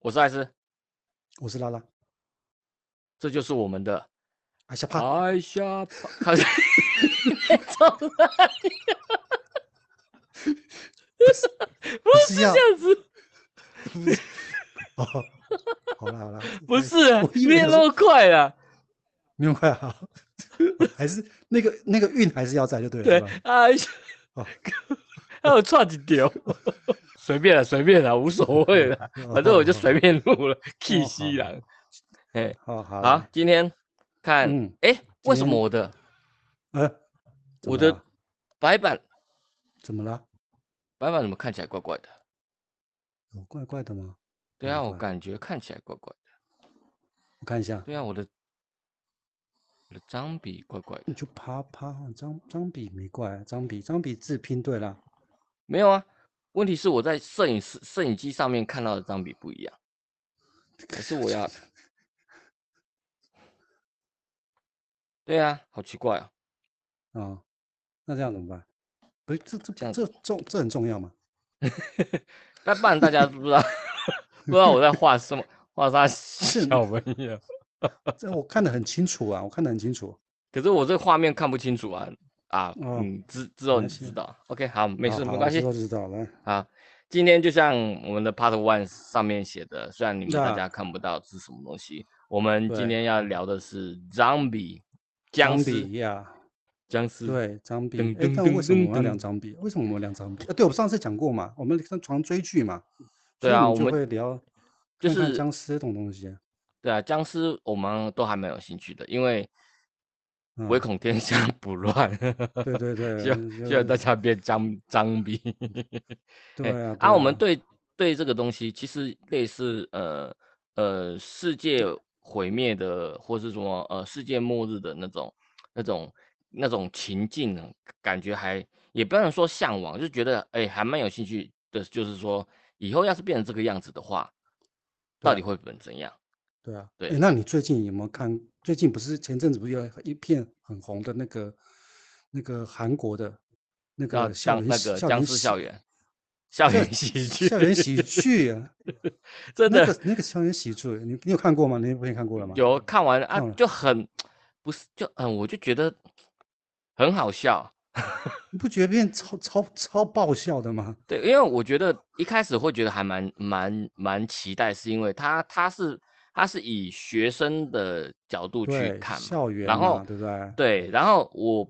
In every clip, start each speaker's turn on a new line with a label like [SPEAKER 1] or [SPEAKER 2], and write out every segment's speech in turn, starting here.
[SPEAKER 1] 我是艾斯，
[SPEAKER 2] 我是拉拉，
[SPEAKER 1] 这就是我 们的
[SPEAKER 2] 啊，下怕
[SPEAKER 1] 艾 夏 帕。操！不
[SPEAKER 2] 是
[SPEAKER 1] 是
[SPEAKER 2] 要
[SPEAKER 1] 这样子，
[SPEAKER 2] 哦，好啦好啦，
[SPEAKER 1] 不
[SPEAKER 2] 哎
[SPEAKER 1] 是啊
[SPEAKER 2] 我以为
[SPEAKER 1] 练
[SPEAKER 2] 是
[SPEAKER 1] 那么快啊！
[SPEAKER 2] 没有快好，还是那个那个韵还是要在就 对
[SPEAKER 1] 对
[SPEAKER 2] 了，是吧？，
[SPEAKER 1] 艾夏
[SPEAKER 2] 哦，
[SPEAKER 1] 还有串几条， 随便了，随便了，无所
[SPEAKER 2] 嗯
[SPEAKER 1] 谓了，反正我就随便录了，K 西
[SPEAKER 2] 哦好
[SPEAKER 1] 了。哎，
[SPEAKER 2] 好好
[SPEAKER 1] 好，，今天看，
[SPEAKER 2] 嗯
[SPEAKER 1] 哎，为什
[SPEAKER 2] 今
[SPEAKER 1] 么
[SPEAKER 2] 天
[SPEAKER 1] 我的
[SPEAKER 2] 呃，怎
[SPEAKER 1] 我
[SPEAKER 2] 么
[SPEAKER 1] 的
[SPEAKER 2] 了
[SPEAKER 1] 白板
[SPEAKER 2] 怎么了？
[SPEAKER 1] 白板怎么看起来怪怪的？
[SPEAKER 2] 有怪怪的吗？
[SPEAKER 1] 对
[SPEAKER 2] 哪
[SPEAKER 1] 啊，
[SPEAKER 2] 里
[SPEAKER 1] 我
[SPEAKER 2] 怪
[SPEAKER 1] 感觉看起来怪怪的。
[SPEAKER 2] 我看一下，
[SPEAKER 1] 对啊，我的我的脏笔怪怪的。
[SPEAKER 2] 你就啪啪，张张笔没怪，张笔张笔字拼对了，
[SPEAKER 1] 没有啊，问题是我在摄影师摄影机上面看到的脏笔不一样。可是我要，对啊，好奇怪啊！
[SPEAKER 2] 啊，那这样怎么办？不是这这
[SPEAKER 1] 这样
[SPEAKER 2] 这重这很重要吗？
[SPEAKER 1] 那不然大家都不知道 不知道我在画什么画啥
[SPEAKER 2] 是
[SPEAKER 1] 小朋友，
[SPEAKER 2] 这我看得很清楚啊，我看得很清楚。
[SPEAKER 1] 可是我这画面看不清楚啊啊！
[SPEAKER 2] 哦
[SPEAKER 1] 嗯，之之后
[SPEAKER 2] 没
[SPEAKER 1] 你
[SPEAKER 2] 事
[SPEAKER 1] 知道。OK，好，没
[SPEAKER 2] 好
[SPEAKER 1] 事，没
[SPEAKER 2] 好
[SPEAKER 1] 关系
[SPEAKER 2] 知。道知道来，
[SPEAKER 1] 好，今天就像我们的 Part One 上面写的，虽然你们大
[SPEAKER 2] 那
[SPEAKER 1] 家看不到是什么东西，我们今
[SPEAKER 2] 对
[SPEAKER 1] 天要聊的是 Zombie 僵
[SPEAKER 2] 张
[SPEAKER 1] 尸
[SPEAKER 2] 笔呀，
[SPEAKER 1] 僵尸。
[SPEAKER 2] 对，张笔。
[SPEAKER 1] 噔
[SPEAKER 2] 哎，
[SPEAKER 1] 噔
[SPEAKER 2] 但
[SPEAKER 1] 噔
[SPEAKER 2] 为什么
[SPEAKER 1] 噔
[SPEAKER 2] 我们要聊
[SPEAKER 1] 噔
[SPEAKER 2] 张笔？为什么我们要聊张笔？啊，对，我们上次讲过嘛，我们上常追剧嘛，
[SPEAKER 1] 对
[SPEAKER 2] 所以
[SPEAKER 1] 啊
[SPEAKER 2] 们
[SPEAKER 1] 我
[SPEAKER 2] 就
[SPEAKER 1] 们
[SPEAKER 2] 会聊
[SPEAKER 1] 就
[SPEAKER 2] 看看
[SPEAKER 1] 是
[SPEAKER 2] 僵尸这种东西啊。
[SPEAKER 1] 对啊，僵尸我们都还蛮有兴趣的，因为唯
[SPEAKER 2] 嗯，
[SPEAKER 1] 恐天下 不乱，
[SPEAKER 2] 对嗯对对，
[SPEAKER 1] 希望
[SPEAKER 2] 就
[SPEAKER 1] 希望大家别脏脏逼。
[SPEAKER 2] 对
[SPEAKER 1] 哎
[SPEAKER 2] 啊，
[SPEAKER 1] 啊，我们
[SPEAKER 2] 啊
[SPEAKER 1] 对对这个东西其实类似呃呃世界毁灭的，或是什么呃世界末日的那种那种那种情境呢，感觉还也不能说向往，就觉得哎还蛮有兴趣的，就是说以后要是变成这个样子的话，到
[SPEAKER 2] 对啊
[SPEAKER 1] 底会变成怎样？
[SPEAKER 2] 对啊，
[SPEAKER 1] 对
[SPEAKER 2] 哎，那你最近有没有看？最近不是前阵子不是有一片很红的那个那个韩国的那
[SPEAKER 1] 然后
[SPEAKER 2] 个啊校
[SPEAKER 1] 僵
[SPEAKER 2] 园
[SPEAKER 1] 那
[SPEAKER 2] 喜
[SPEAKER 1] 个
[SPEAKER 2] 校
[SPEAKER 1] 僵
[SPEAKER 2] 园
[SPEAKER 1] 尸
[SPEAKER 2] 喜
[SPEAKER 1] 校园 校
[SPEAKER 2] 校
[SPEAKER 1] 园喜剧，
[SPEAKER 2] 校园喜剧啊，
[SPEAKER 1] 真
[SPEAKER 2] 那
[SPEAKER 1] 的
[SPEAKER 2] 个那个校园喜剧，你你有看过吗？你你看过了吗？
[SPEAKER 1] 有看完啊
[SPEAKER 2] 看完，了
[SPEAKER 1] 就很不是就嗯，我就觉得很好笑。
[SPEAKER 2] 你不觉得变超超超爆笑的吗？
[SPEAKER 1] 对，因为我觉得一开始会觉得还蛮蛮蛮期待，是因为他他是他是以学生的角度去
[SPEAKER 2] 对，
[SPEAKER 1] 看嘛，
[SPEAKER 2] 校园
[SPEAKER 1] 然后
[SPEAKER 2] 嘛，对不对？
[SPEAKER 1] 对，然后我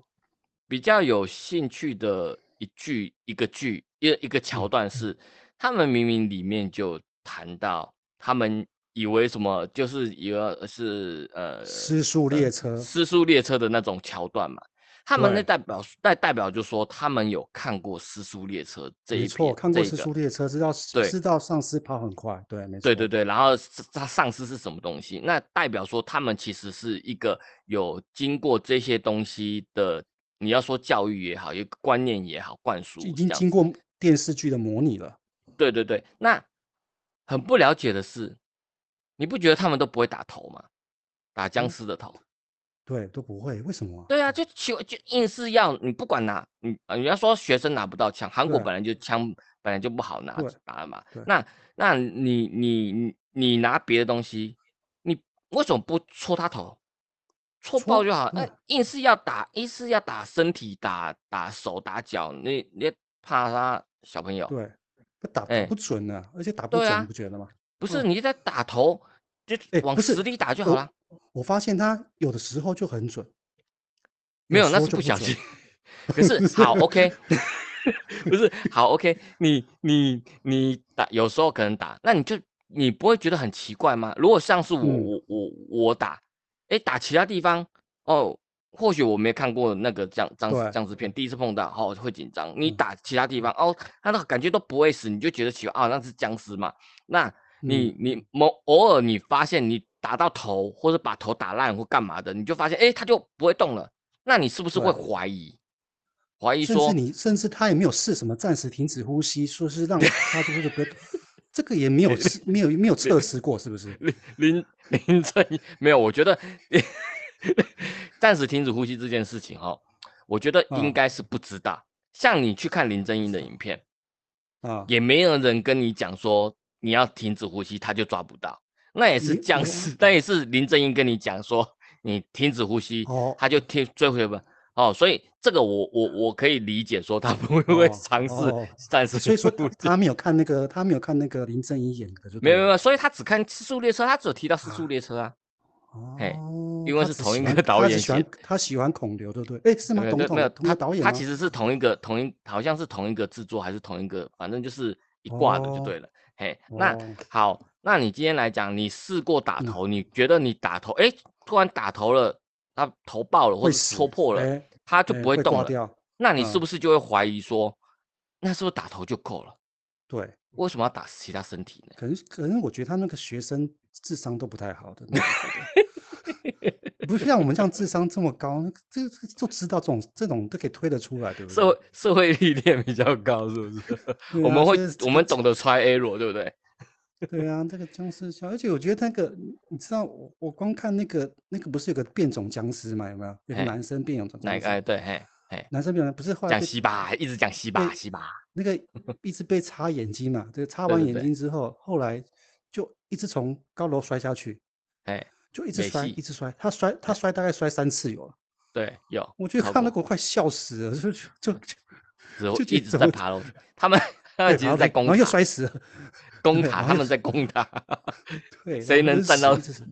[SPEAKER 1] 比较有兴趣的一句一个剧一一个桥
[SPEAKER 2] 嗯
[SPEAKER 1] 段是，他们明明里面就谈到他们以为什么就是以为是呃
[SPEAKER 2] 失速列车，
[SPEAKER 1] 私速列车的那种桥段嘛，他们那
[SPEAKER 2] 对
[SPEAKER 1] 代表那代表就说他们有看过私速列车这
[SPEAKER 2] 没
[SPEAKER 1] 一
[SPEAKER 2] 错，
[SPEAKER 1] 篇
[SPEAKER 2] 看
[SPEAKER 1] 这
[SPEAKER 2] 过
[SPEAKER 1] 一
[SPEAKER 2] 失
[SPEAKER 1] 个
[SPEAKER 2] 速列车，知道
[SPEAKER 1] 对
[SPEAKER 2] 知道丧尸跑很快，对，没错，
[SPEAKER 1] 对对对，然后是他上司是什么东西？那代表说他们其实是一个有经过这些东西的，你要说教育也好，一个观念也好，灌输
[SPEAKER 2] 已
[SPEAKER 1] 这
[SPEAKER 2] 经
[SPEAKER 1] 样
[SPEAKER 2] 经
[SPEAKER 1] 子。
[SPEAKER 2] 过电视剧的模拟了。
[SPEAKER 1] 对对对，那很不了解的是，你不觉得他们都不会打头吗？打僵
[SPEAKER 2] 嗯
[SPEAKER 1] 尸的头？
[SPEAKER 2] 对，都不会，为什么啊？
[SPEAKER 1] 对啊，就奇怪，就硬是要你不管拿你，呃人家说学生拿不到枪，韩国
[SPEAKER 2] 对
[SPEAKER 1] 本来就枪本来就不好拿
[SPEAKER 2] 对
[SPEAKER 1] 拿嘛
[SPEAKER 2] 对。
[SPEAKER 1] 那那你你你你拿别的东西，你为什么不戳他头？戳爆
[SPEAKER 2] 戳嗯
[SPEAKER 1] 就好，那
[SPEAKER 2] 对
[SPEAKER 1] 硬是要打，硬是要打身体，打打手，打脚，你你怕他小朋友？
[SPEAKER 2] 对，不打打
[SPEAKER 1] 哎
[SPEAKER 2] 不准呢，而且打不
[SPEAKER 1] 对
[SPEAKER 2] 准，
[SPEAKER 1] 啊
[SPEAKER 2] 你不觉得吗？
[SPEAKER 1] 不是
[SPEAKER 2] 嗯
[SPEAKER 1] 你在打头，就
[SPEAKER 2] 哎
[SPEAKER 1] 往
[SPEAKER 2] 不是
[SPEAKER 1] 死里打就
[SPEAKER 2] 我
[SPEAKER 1] 好了。
[SPEAKER 2] 我发现他有的时候就很准，
[SPEAKER 1] 没有，那
[SPEAKER 2] 时候
[SPEAKER 1] 是
[SPEAKER 2] 就
[SPEAKER 1] 不小
[SPEAKER 2] 准
[SPEAKER 1] 心。 可是好，OK，不是好，OK，你 你你打，有时候可能打，那你就你不会觉得很奇怪吗？如果像是我
[SPEAKER 2] 嗯
[SPEAKER 1] 我我我打，诶，打其他地方哦，或许我没看过那个僵僵尸
[SPEAKER 2] 对
[SPEAKER 1] 僵尸片，第一次碰到，哦会紧张。你
[SPEAKER 2] 嗯
[SPEAKER 1] 打其他地方哦，他那个感觉都不会死，你就觉得奇怪啊、那是僵尸嘛。那
[SPEAKER 2] 嗯
[SPEAKER 1] 你你某偶尔你发现你打到头或者把头打烂或干嘛的，你就发现诶，他就不会动了。那你是不是会
[SPEAKER 2] 对
[SPEAKER 1] 怀疑？怀疑
[SPEAKER 2] 甚
[SPEAKER 1] 说
[SPEAKER 2] 至你甚至他也没有试什么暂时停止呼吸，说是让他就是不要， 这个 也没有试，没有没有测试过，是不是？
[SPEAKER 1] 林林 林正英没有？我觉得暂时停止呼吸这件事情哦，我觉得应
[SPEAKER 2] 嗯
[SPEAKER 1] 该是不知道。像你去看林正英的影片，
[SPEAKER 2] 啊，
[SPEAKER 1] 也没有人跟你讲说你要停止呼吸，他就抓不到。那也是僵尸，那也是林正英跟你讲说，你停止呼吸，
[SPEAKER 2] 哦
[SPEAKER 1] 他就听追回本。哦，所以这个我我我可以理解，说他们 会会
[SPEAKER 2] 哦
[SPEAKER 1] 尝试
[SPEAKER 2] 哦
[SPEAKER 1] 暂时
[SPEAKER 2] 所以说
[SPEAKER 1] 不
[SPEAKER 2] 他他没有看那个，他没有看那个林正英演的，就
[SPEAKER 1] 没有没
[SPEAKER 2] 对
[SPEAKER 1] 有，
[SPEAKER 2] 了
[SPEAKER 1] 没有所以他只看《失速列车》，他只有提到《失速列车》啊，嘿
[SPEAKER 2] 哦，
[SPEAKER 1] 因为
[SPEAKER 2] 他
[SPEAKER 1] 是
[SPEAKER 2] 只
[SPEAKER 1] 同
[SPEAKER 2] 喜
[SPEAKER 1] 一
[SPEAKER 2] 欢
[SPEAKER 1] 个导
[SPEAKER 2] 他只
[SPEAKER 1] 演
[SPEAKER 2] 喜欢
[SPEAKER 1] 写的
[SPEAKER 2] 他喜欢孔刘，对不对？哎，是吗？
[SPEAKER 1] 没有
[SPEAKER 2] 董
[SPEAKER 1] 对
[SPEAKER 2] 董
[SPEAKER 1] 没有，
[SPEAKER 2] 同一
[SPEAKER 1] 他
[SPEAKER 2] 个导演
[SPEAKER 1] 他
[SPEAKER 2] 吗
[SPEAKER 1] 其实是同一个同一，好像是同一个制作还是同一个，反正就是一挂的就
[SPEAKER 2] 哦
[SPEAKER 1] 对了。嘿，那
[SPEAKER 2] 哦
[SPEAKER 1] 好，那你今天来讲，你试过打
[SPEAKER 2] 嗯
[SPEAKER 1] 头，你觉得你打头，哎，突然打头了，他头爆了或
[SPEAKER 2] 会
[SPEAKER 1] 者
[SPEAKER 2] 死
[SPEAKER 1] 戳破了，
[SPEAKER 2] 哎
[SPEAKER 1] 他就
[SPEAKER 2] 哎
[SPEAKER 1] 不会动
[SPEAKER 2] 挂
[SPEAKER 1] 了。
[SPEAKER 2] 掉，
[SPEAKER 1] 那你是
[SPEAKER 2] 嗯
[SPEAKER 1] 不是就会怀疑说，那是不是打头就够了？
[SPEAKER 2] 对。
[SPEAKER 1] 为什么要打其他身体呢？
[SPEAKER 2] 可能可能我觉得他那个学生智商都不太好的，那个我觉得 不是像我们这样智商这么高，那个这这就知道这种这种都可以推得出来，对不
[SPEAKER 1] 社
[SPEAKER 2] 对？
[SPEAKER 1] 会 社会历练比较高，是不是？
[SPEAKER 2] 嗯 对
[SPEAKER 1] 我
[SPEAKER 2] 啊
[SPEAKER 1] 们会
[SPEAKER 2] 就是
[SPEAKER 1] 我们懂得 try error，对不对？
[SPEAKER 2] 对啊，这个僵尸笑，而且我觉得那个你知道，我我光看那个那个不是有个变种僵尸嘛？有没有？有个
[SPEAKER 1] 嘿
[SPEAKER 2] 男生变种
[SPEAKER 1] 哎哪
[SPEAKER 2] 僵
[SPEAKER 1] 个？哎，
[SPEAKER 2] 尸，
[SPEAKER 1] 对，嘿，嘿，
[SPEAKER 2] 男生变种不是后来
[SPEAKER 1] 讲
[SPEAKER 2] 被
[SPEAKER 1] 西巴，一直讲西巴，
[SPEAKER 2] 被
[SPEAKER 1] 西巴。
[SPEAKER 2] 那个一直被插眼睛嘛？对，插
[SPEAKER 1] 对
[SPEAKER 2] 完
[SPEAKER 1] 对
[SPEAKER 2] 眼
[SPEAKER 1] 对
[SPEAKER 2] 睛之后，后来就一直从高楼摔下去，
[SPEAKER 1] 哎，
[SPEAKER 2] 就一直
[SPEAKER 1] 没
[SPEAKER 2] 摔，
[SPEAKER 1] 戏
[SPEAKER 2] 一直摔，他摔他摔大概摔三次有了。
[SPEAKER 1] 对，有，
[SPEAKER 2] 我觉得
[SPEAKER 1] 超
[SPEAKER 2] 看那
[SPEAKER 1] 过
[SPEAKER 2] 个我快笑死了，就就就
[SPEAKER 1] 之后
[SPEAKER 2] 就觉
[SPEAKER 1] 一
[SPEAKER 2] 得
[SPEAKER 1] 直
[SPEAKER 2] 怎
[SPEAKER 1] 在
[SPEAKER 2] 么
[SPEAKER 1] 爬楼梯，他 们他们
[SPEAKER 2] 对
[SPEAKER 1] 其实
[SPEAKER 2] 然后
[SPEAKER 1] 在
[SPEAKER 2] 就然
[SPEAKER 1] 攻
[SPEAKER 2] 后又
[SPEAKER 1] 塔，
[SPEAKER 2] 摔死了，
[SPEAKER 1] 攻
[SPEAKER 2] 对然
[SPEAKER 1] 塔，
[SPEAKER 2] 后
[SPEAKER 1] 他
[SPEAKER 2] 又
[SPEAKER 1] 们在攻塔，
[SPEAKER 2] 对，然
[SPEAKER 1] 谁
[SPEAKER 2] 后
[SPEAKER 1] 能
[SPEAKER 2] 就是
[SPEAKER 1] 站
[SPEAKER 2] 死
[SPEAKER 1] 到
[SPEAKER 2] 一直死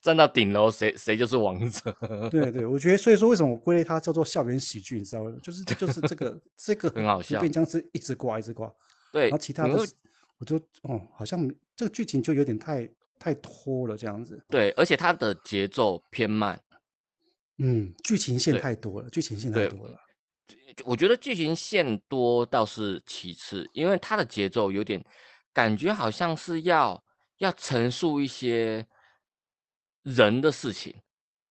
[SPEAKER 1] 站到顶楼，谁谁就是王者。
[SPEAKER 2] 对对，我觉得所以说为什么我归类它叫做校园喜剧，你知道吗？就是就是 这个这个
[SPEAKER 1] 很好
[SPEAKER 2] 突
[SPEAKER 1] 笑
[SPEAKER 2] 变僵尸一直挂一直挂，
[SPEAKER 1] 对
[SPEAKER 2] 然后其，他
[SPEAKER 1] 你
[SPEAKER 2] 的
[SPEAKER 1] 会
[SPEAKER 2] 是我就哦好像没这个剧情就有点太太拖了这样子，
[SPEAKER 1] 对，而且它的节奏偏慢，
[SPEAKER 2] 嗯，剧情线
[SPEAKER 1] 对
[SPEAKER 2] 太多了，剧情线太
[SPEAKER 1] 对
[SPEAKER 2] 多了，
[SPEAKER 1] 我觉得剧情线多倒是其次，因为它的节奏有点感觉好像是要要陈述一些人的事情。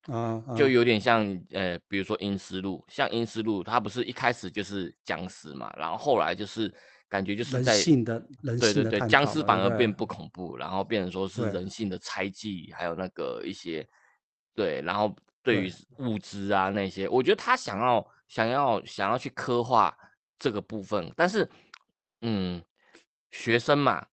[SPEAKER 2] 啊啊
[SPEAKER 1] 就有点像呃，比如说《阴尸路》，像《阴尸路》，它不是一开始就是僵尸嘛，然后后来就是感觉就是
[SPEAKER 2] 人
[SPEAKER 1] 在
[SPEAKER 2] 性的人
[SPEAKER 1] 对对
[SPEAKER 2] 性的
[SPEAKER 1] 对，
[SPEAKER 2] 探
[SPEAKER 1] 僵
[SPEAKER 2] 讨
[SPEAKER 1] 尸
[SPEAKER 2] 嘛
[SPEAKER 1] 反
[SPEAKER 2] 对
[SPEAKER 1] 而
[SPEAKER 2] 不
[SPEAKER 1] 变
[SPEAKER 2] 对
[SPEAKER 1] 不恐怖，然后变成说是
[SPEAKER 2] 对
[SPEAKER 1] 人性的猜忌，还有那个一些对，然后对于
[SPEAKER 2] 对
[SPEAKER 1] 物资啊那些，我觉得他想要想要想要去刻画这个部分，但是嗯，学生嘛，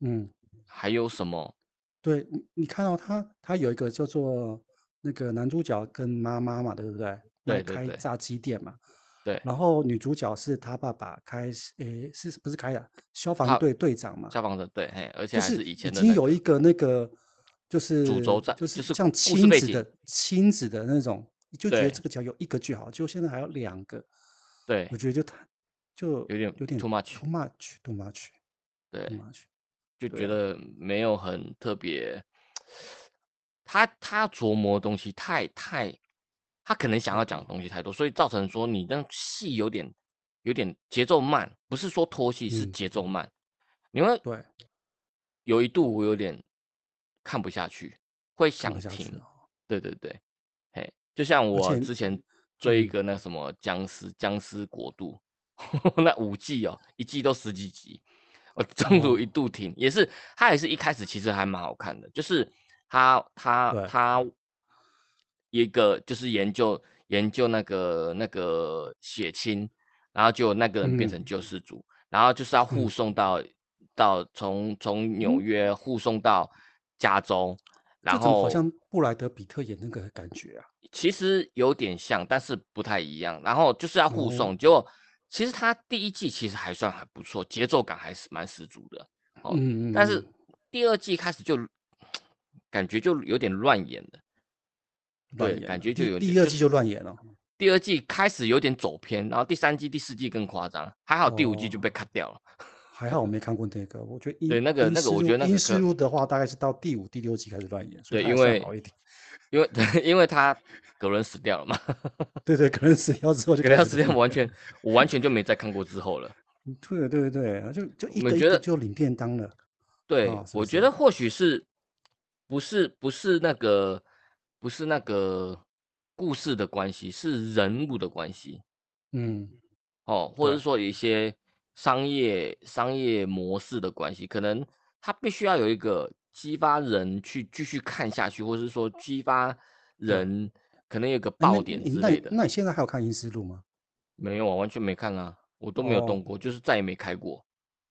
[SPEAKER 2] 嗯。
[SPEAKER 1] 还有什么？
[SPEAKER 2] 对，你你看到、他，他有一个叫做那个男主角跟妈妈嘛，对不对？那
[SPEAKER 1] 对对
[SPEAKER 2] 开
[SPEAKER 1] 对
[SPEAKER 2] 炸鸡店嘛，
[SPEAKER 1] 对，
[SPEAKER 2] 然后女主角是他爸爸开，诶，是不是开的？消防
[SPEAKER 1] 他
[SPEAKER 2] 队队长嘛，
[SPEAKER 1] 消防的对，嘿，而且
[SPEAKER 2] 啊就
[SPEAKER 1] 还是
[SPEAKER 2] 是
[SPEAKER 1] 以
[SPEAKER 2] 已
[SPEAKER 1] 前的
[SPEAKER 2] 经
[SPEAKER 1] 那
[SPEAKER 2] 有
[SPEAKER 1] 个
[SPEAKER 2] 一个那个，就是
[SPEAKER 1] 轴在
[SPEAKER 2] 就
[SPEAKER 1] 就是是
[SPEAKER 2] 像
[SPEAKER 1] 故事
[SPEAKER 2] 亲
[SPEAKER 1] 背
[SPEAKER 2] 子
[SPEAKER 1] 景
[SPEAKER 2] 的亲子的那种，就觉得
[SPEAKER 1] 对
[SPEAKER 2] 这个只要有一个就好，就现在还有两个，
[SPEAKER 1] 对
[SPEAKER 2] 我。觉得就太就
[SPEAKER 1] 有点
[SPEAKER 2] 有点
[SPEAKER 1] too much
[SPEAKER 2] too much too much
[SPEAKER 1] 对
[SPEAKER 2] too，much，
[SPEAKER 1] 就
[SPEAKER 2] 对
[SPEAKER 1] 觉
[SPEAKER 2] 啊
[SPEAKER 1] 得没有很特别。他他琢磨的东西太太，他可能想要讲的东西太多，所以造成说你那戏有点有点节奏慢，不是说拖戏，是
[SPEAKER 2] 嗯
[SPEAKER 1] 节奏慢。你会
[SPEAKER 2] 对，
[SPEAKER 1] 有一度我有点看不下去，会
[SPEAKER 2] 看不
[SPEAKER 1] 想
[SPEAKER 2] 下去
[SPEAKER 1] 停。
[SPEAKER 2] 了。
[SPEAKER 1] 对对对，嘿，就像我
[SPEAKER 2] 且
[SPEAKER 1] 之前追一
[SPEAKER 2] 嗯
[SPEAKER 1] 个那什么僵尸僵尸国度， 那五季哦，一季都十几集，我中途
[SPEAKER 2] 哦
[SPEAKER 1] 一度停，也是它也是一开始其实还蛮好看的，就是它它
[SPEAKER 2] 对
[SPEAKER 1] 它一个就是研究研究那个那个血清，然后就那个人变成
[SPEAKER 2] 嗯
[SPEAKER 1] 救世主，然后就是要护
[SPEAKER 2] 嗯
[SPEAKER 1] 送到到从从纽约护送到加州。
[SPEAKER 2] 这
[SPEAKER 1] 然
[SPEAKER 2] 怎么
[SPEAKER 1] 后
[SPEAKER 2] 好像布莱德比特演那个感觉啊？
[SPEAKER 1] 其实有点像，但是不太一样。然后就是要护
[SPEAKER 2] 哦
[SPEAKER 1] 送，结果其实它第一季其实还算还不错，节奏感还是蛮十足的。哦
[SPEAKER 2] 嗯嗯
[SPEAKER 1] 但是
[SPEAKER 2] 嗯
[SPEAKER 1] 第二季开始就感觉就有点乱演了，
[SPEAKER 2] 乱
[SPEAKER 1] 对
[SPEAKER 2] 演
[SPEAKER 1] 感
[SPEAKER 2] 了
[SPEAKER 1] 觉就
[SPEAKER 2] 第
[SPEAKER 1] 有
[SPEAKER 2] 第
[SPEAKER 1] 点
[SPEAKER 2] 二
[SPEAKER 1] 就
[SPEAKER 2] 季
[SPEAKER 1] 是
[SPEAKER 2] 就乱演了。
[SPEAKER 1] 第二季开始有点走偏，然后第三季、第四季更夸张，还好第五季就被
[SPEAKER 2] 哦
[SPEAKER 1] cut 掉了。
[SPEAKER 2] 还好我没看过那个，我觉得阴
[SPEAKER 1] 对那个
[SPEAKER 2] 阴
[SPEAKER 1] 那个
[SPEAKER 2] 尸
[SPEAKER 1] 我
[SPEAKER 2] 路
[SPEAKER 1] 觉得那
[SPEAKER 2] 阴
[SPEAKER 1] 个
[SPEAKER 2] 尸
[SPEAKER 1] 可
[SPEAKER 2] 路的话，大概是到第五、第六季开始乱演，所以
[SPEAKER 1] 对，
[SPEAKER 2] 它还
[SPEAKER 1] 因
[SPEAKER 2] 算
[SPEAKER 1] 为
[SPEAKER 2] 好一点。
[SPEAKER 1] 因为 因为他葛伦死掉了嘛，
[SPEAKER 2] 对对，可能死掉之后就
[SPEAKER 1] 葛
[SPEAKER 2] 开
[SPEAKER 1] 伦
[SPEAKER 2] 始
[SPEAKER 1] 死掉
[SPEAKER 2] 乱
[SPEAKER 1] 我完
[SPEAKER 2] 演
[SPEAKER 1] 全我完全就没再看过之后了。
[SPEAKER 2] 嗯对对对，就就一
[SPEAKER 1] 们
[SPEAKER 2] 个一
[SPEAKER 1] 觉
[SPEAKER 2] 个
[SPEAKER 1] 得
[SPEAKER 2] 就领便当了。
[SPEAKER 1] 对
[SPEAKER 2] 啊，是不
[SPEAKER 1] 我觉
[SPEAKER 2] 是
[SPEAKER 1] 得或许是不是不是那个不是那个故事的关系，是人物的关系
[SPEAKER 2] 嗯，
[SPEAKER 1] 哦，或者
[SPEAKER 2] 对
[SPEAKER 1] 是说有一些商业商业模式的关系，可能他必须要有一个激发人去继续看下去，或者是说激发
[SPEAKER 2] 对
[SPEAKER 1] 人可能有个
[SPEAKER 2] 哎
[SPEAKER 1] 爆点
[SPEAKER 2] 那
[SPEAKER 1] 之
[SPEAKER 2] 那
[SPEAKER 1] 类
[SPEAKER 2] 你
[SPEAKER 1] 的。
[SPEAKER 2] 那你现在还有看阴尸路吗？
[SPEAKER 1] 没有啊，完全没看啊，我都没有
[SPEAKER 2] 哦
[SPEAKER 1] 动过，就是再也没开过。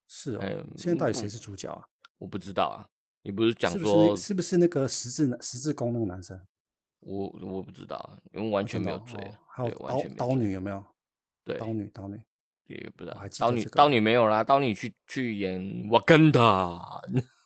[SPEAKER 2] 是哦，
[SPEAKER 1] 嗯，
[SPEAKER 2] 现在到底谁
[SPEAKER 1] 嗯
[SPEAKER 2] 是主角啊？
[SPEAKER 1] 我不知道啊，你不是讲
[SPEAKER 2] 是不是
[SPEAKER 1] 说
[SPEAKER 2] 那是不是那个十字男十字弓那个男生？
[SPEAKER 1] 我我不知道啊，因为完全
[SPEAKER 2] 真
[SPEAKER 1] 没
[SPEAKER 2] 的
[SPEAKER 1] 有
[SPEAKER 2] 哦
[SPEAKER 1] 追
[SPEAKER 2] 哦
[SPEAKER 1] 啊，
[SPEAKER 2] 还有
[SPEAKER 1] 对完
[SPEAKER 2] 刀
[SPEAKER 1] 全没有追
[SPEAKER 2] 刀女有没有？
[SPEAKER 1] 对
[SPEAKER 2] 刀女刀女，
[SPEAKER 1] 也不知
[SPEAKER 2] 我
[SPEAKER 1] 道
[SPEAKER 2] 还记
[SPEAKER 1] 刀
[SPEAKER 2] 得
[SPEAKER 1] 女
[SPEAKER 2] 这个
[SPEAKER 1] 刀女没有啦，刀女去去演瓦根达，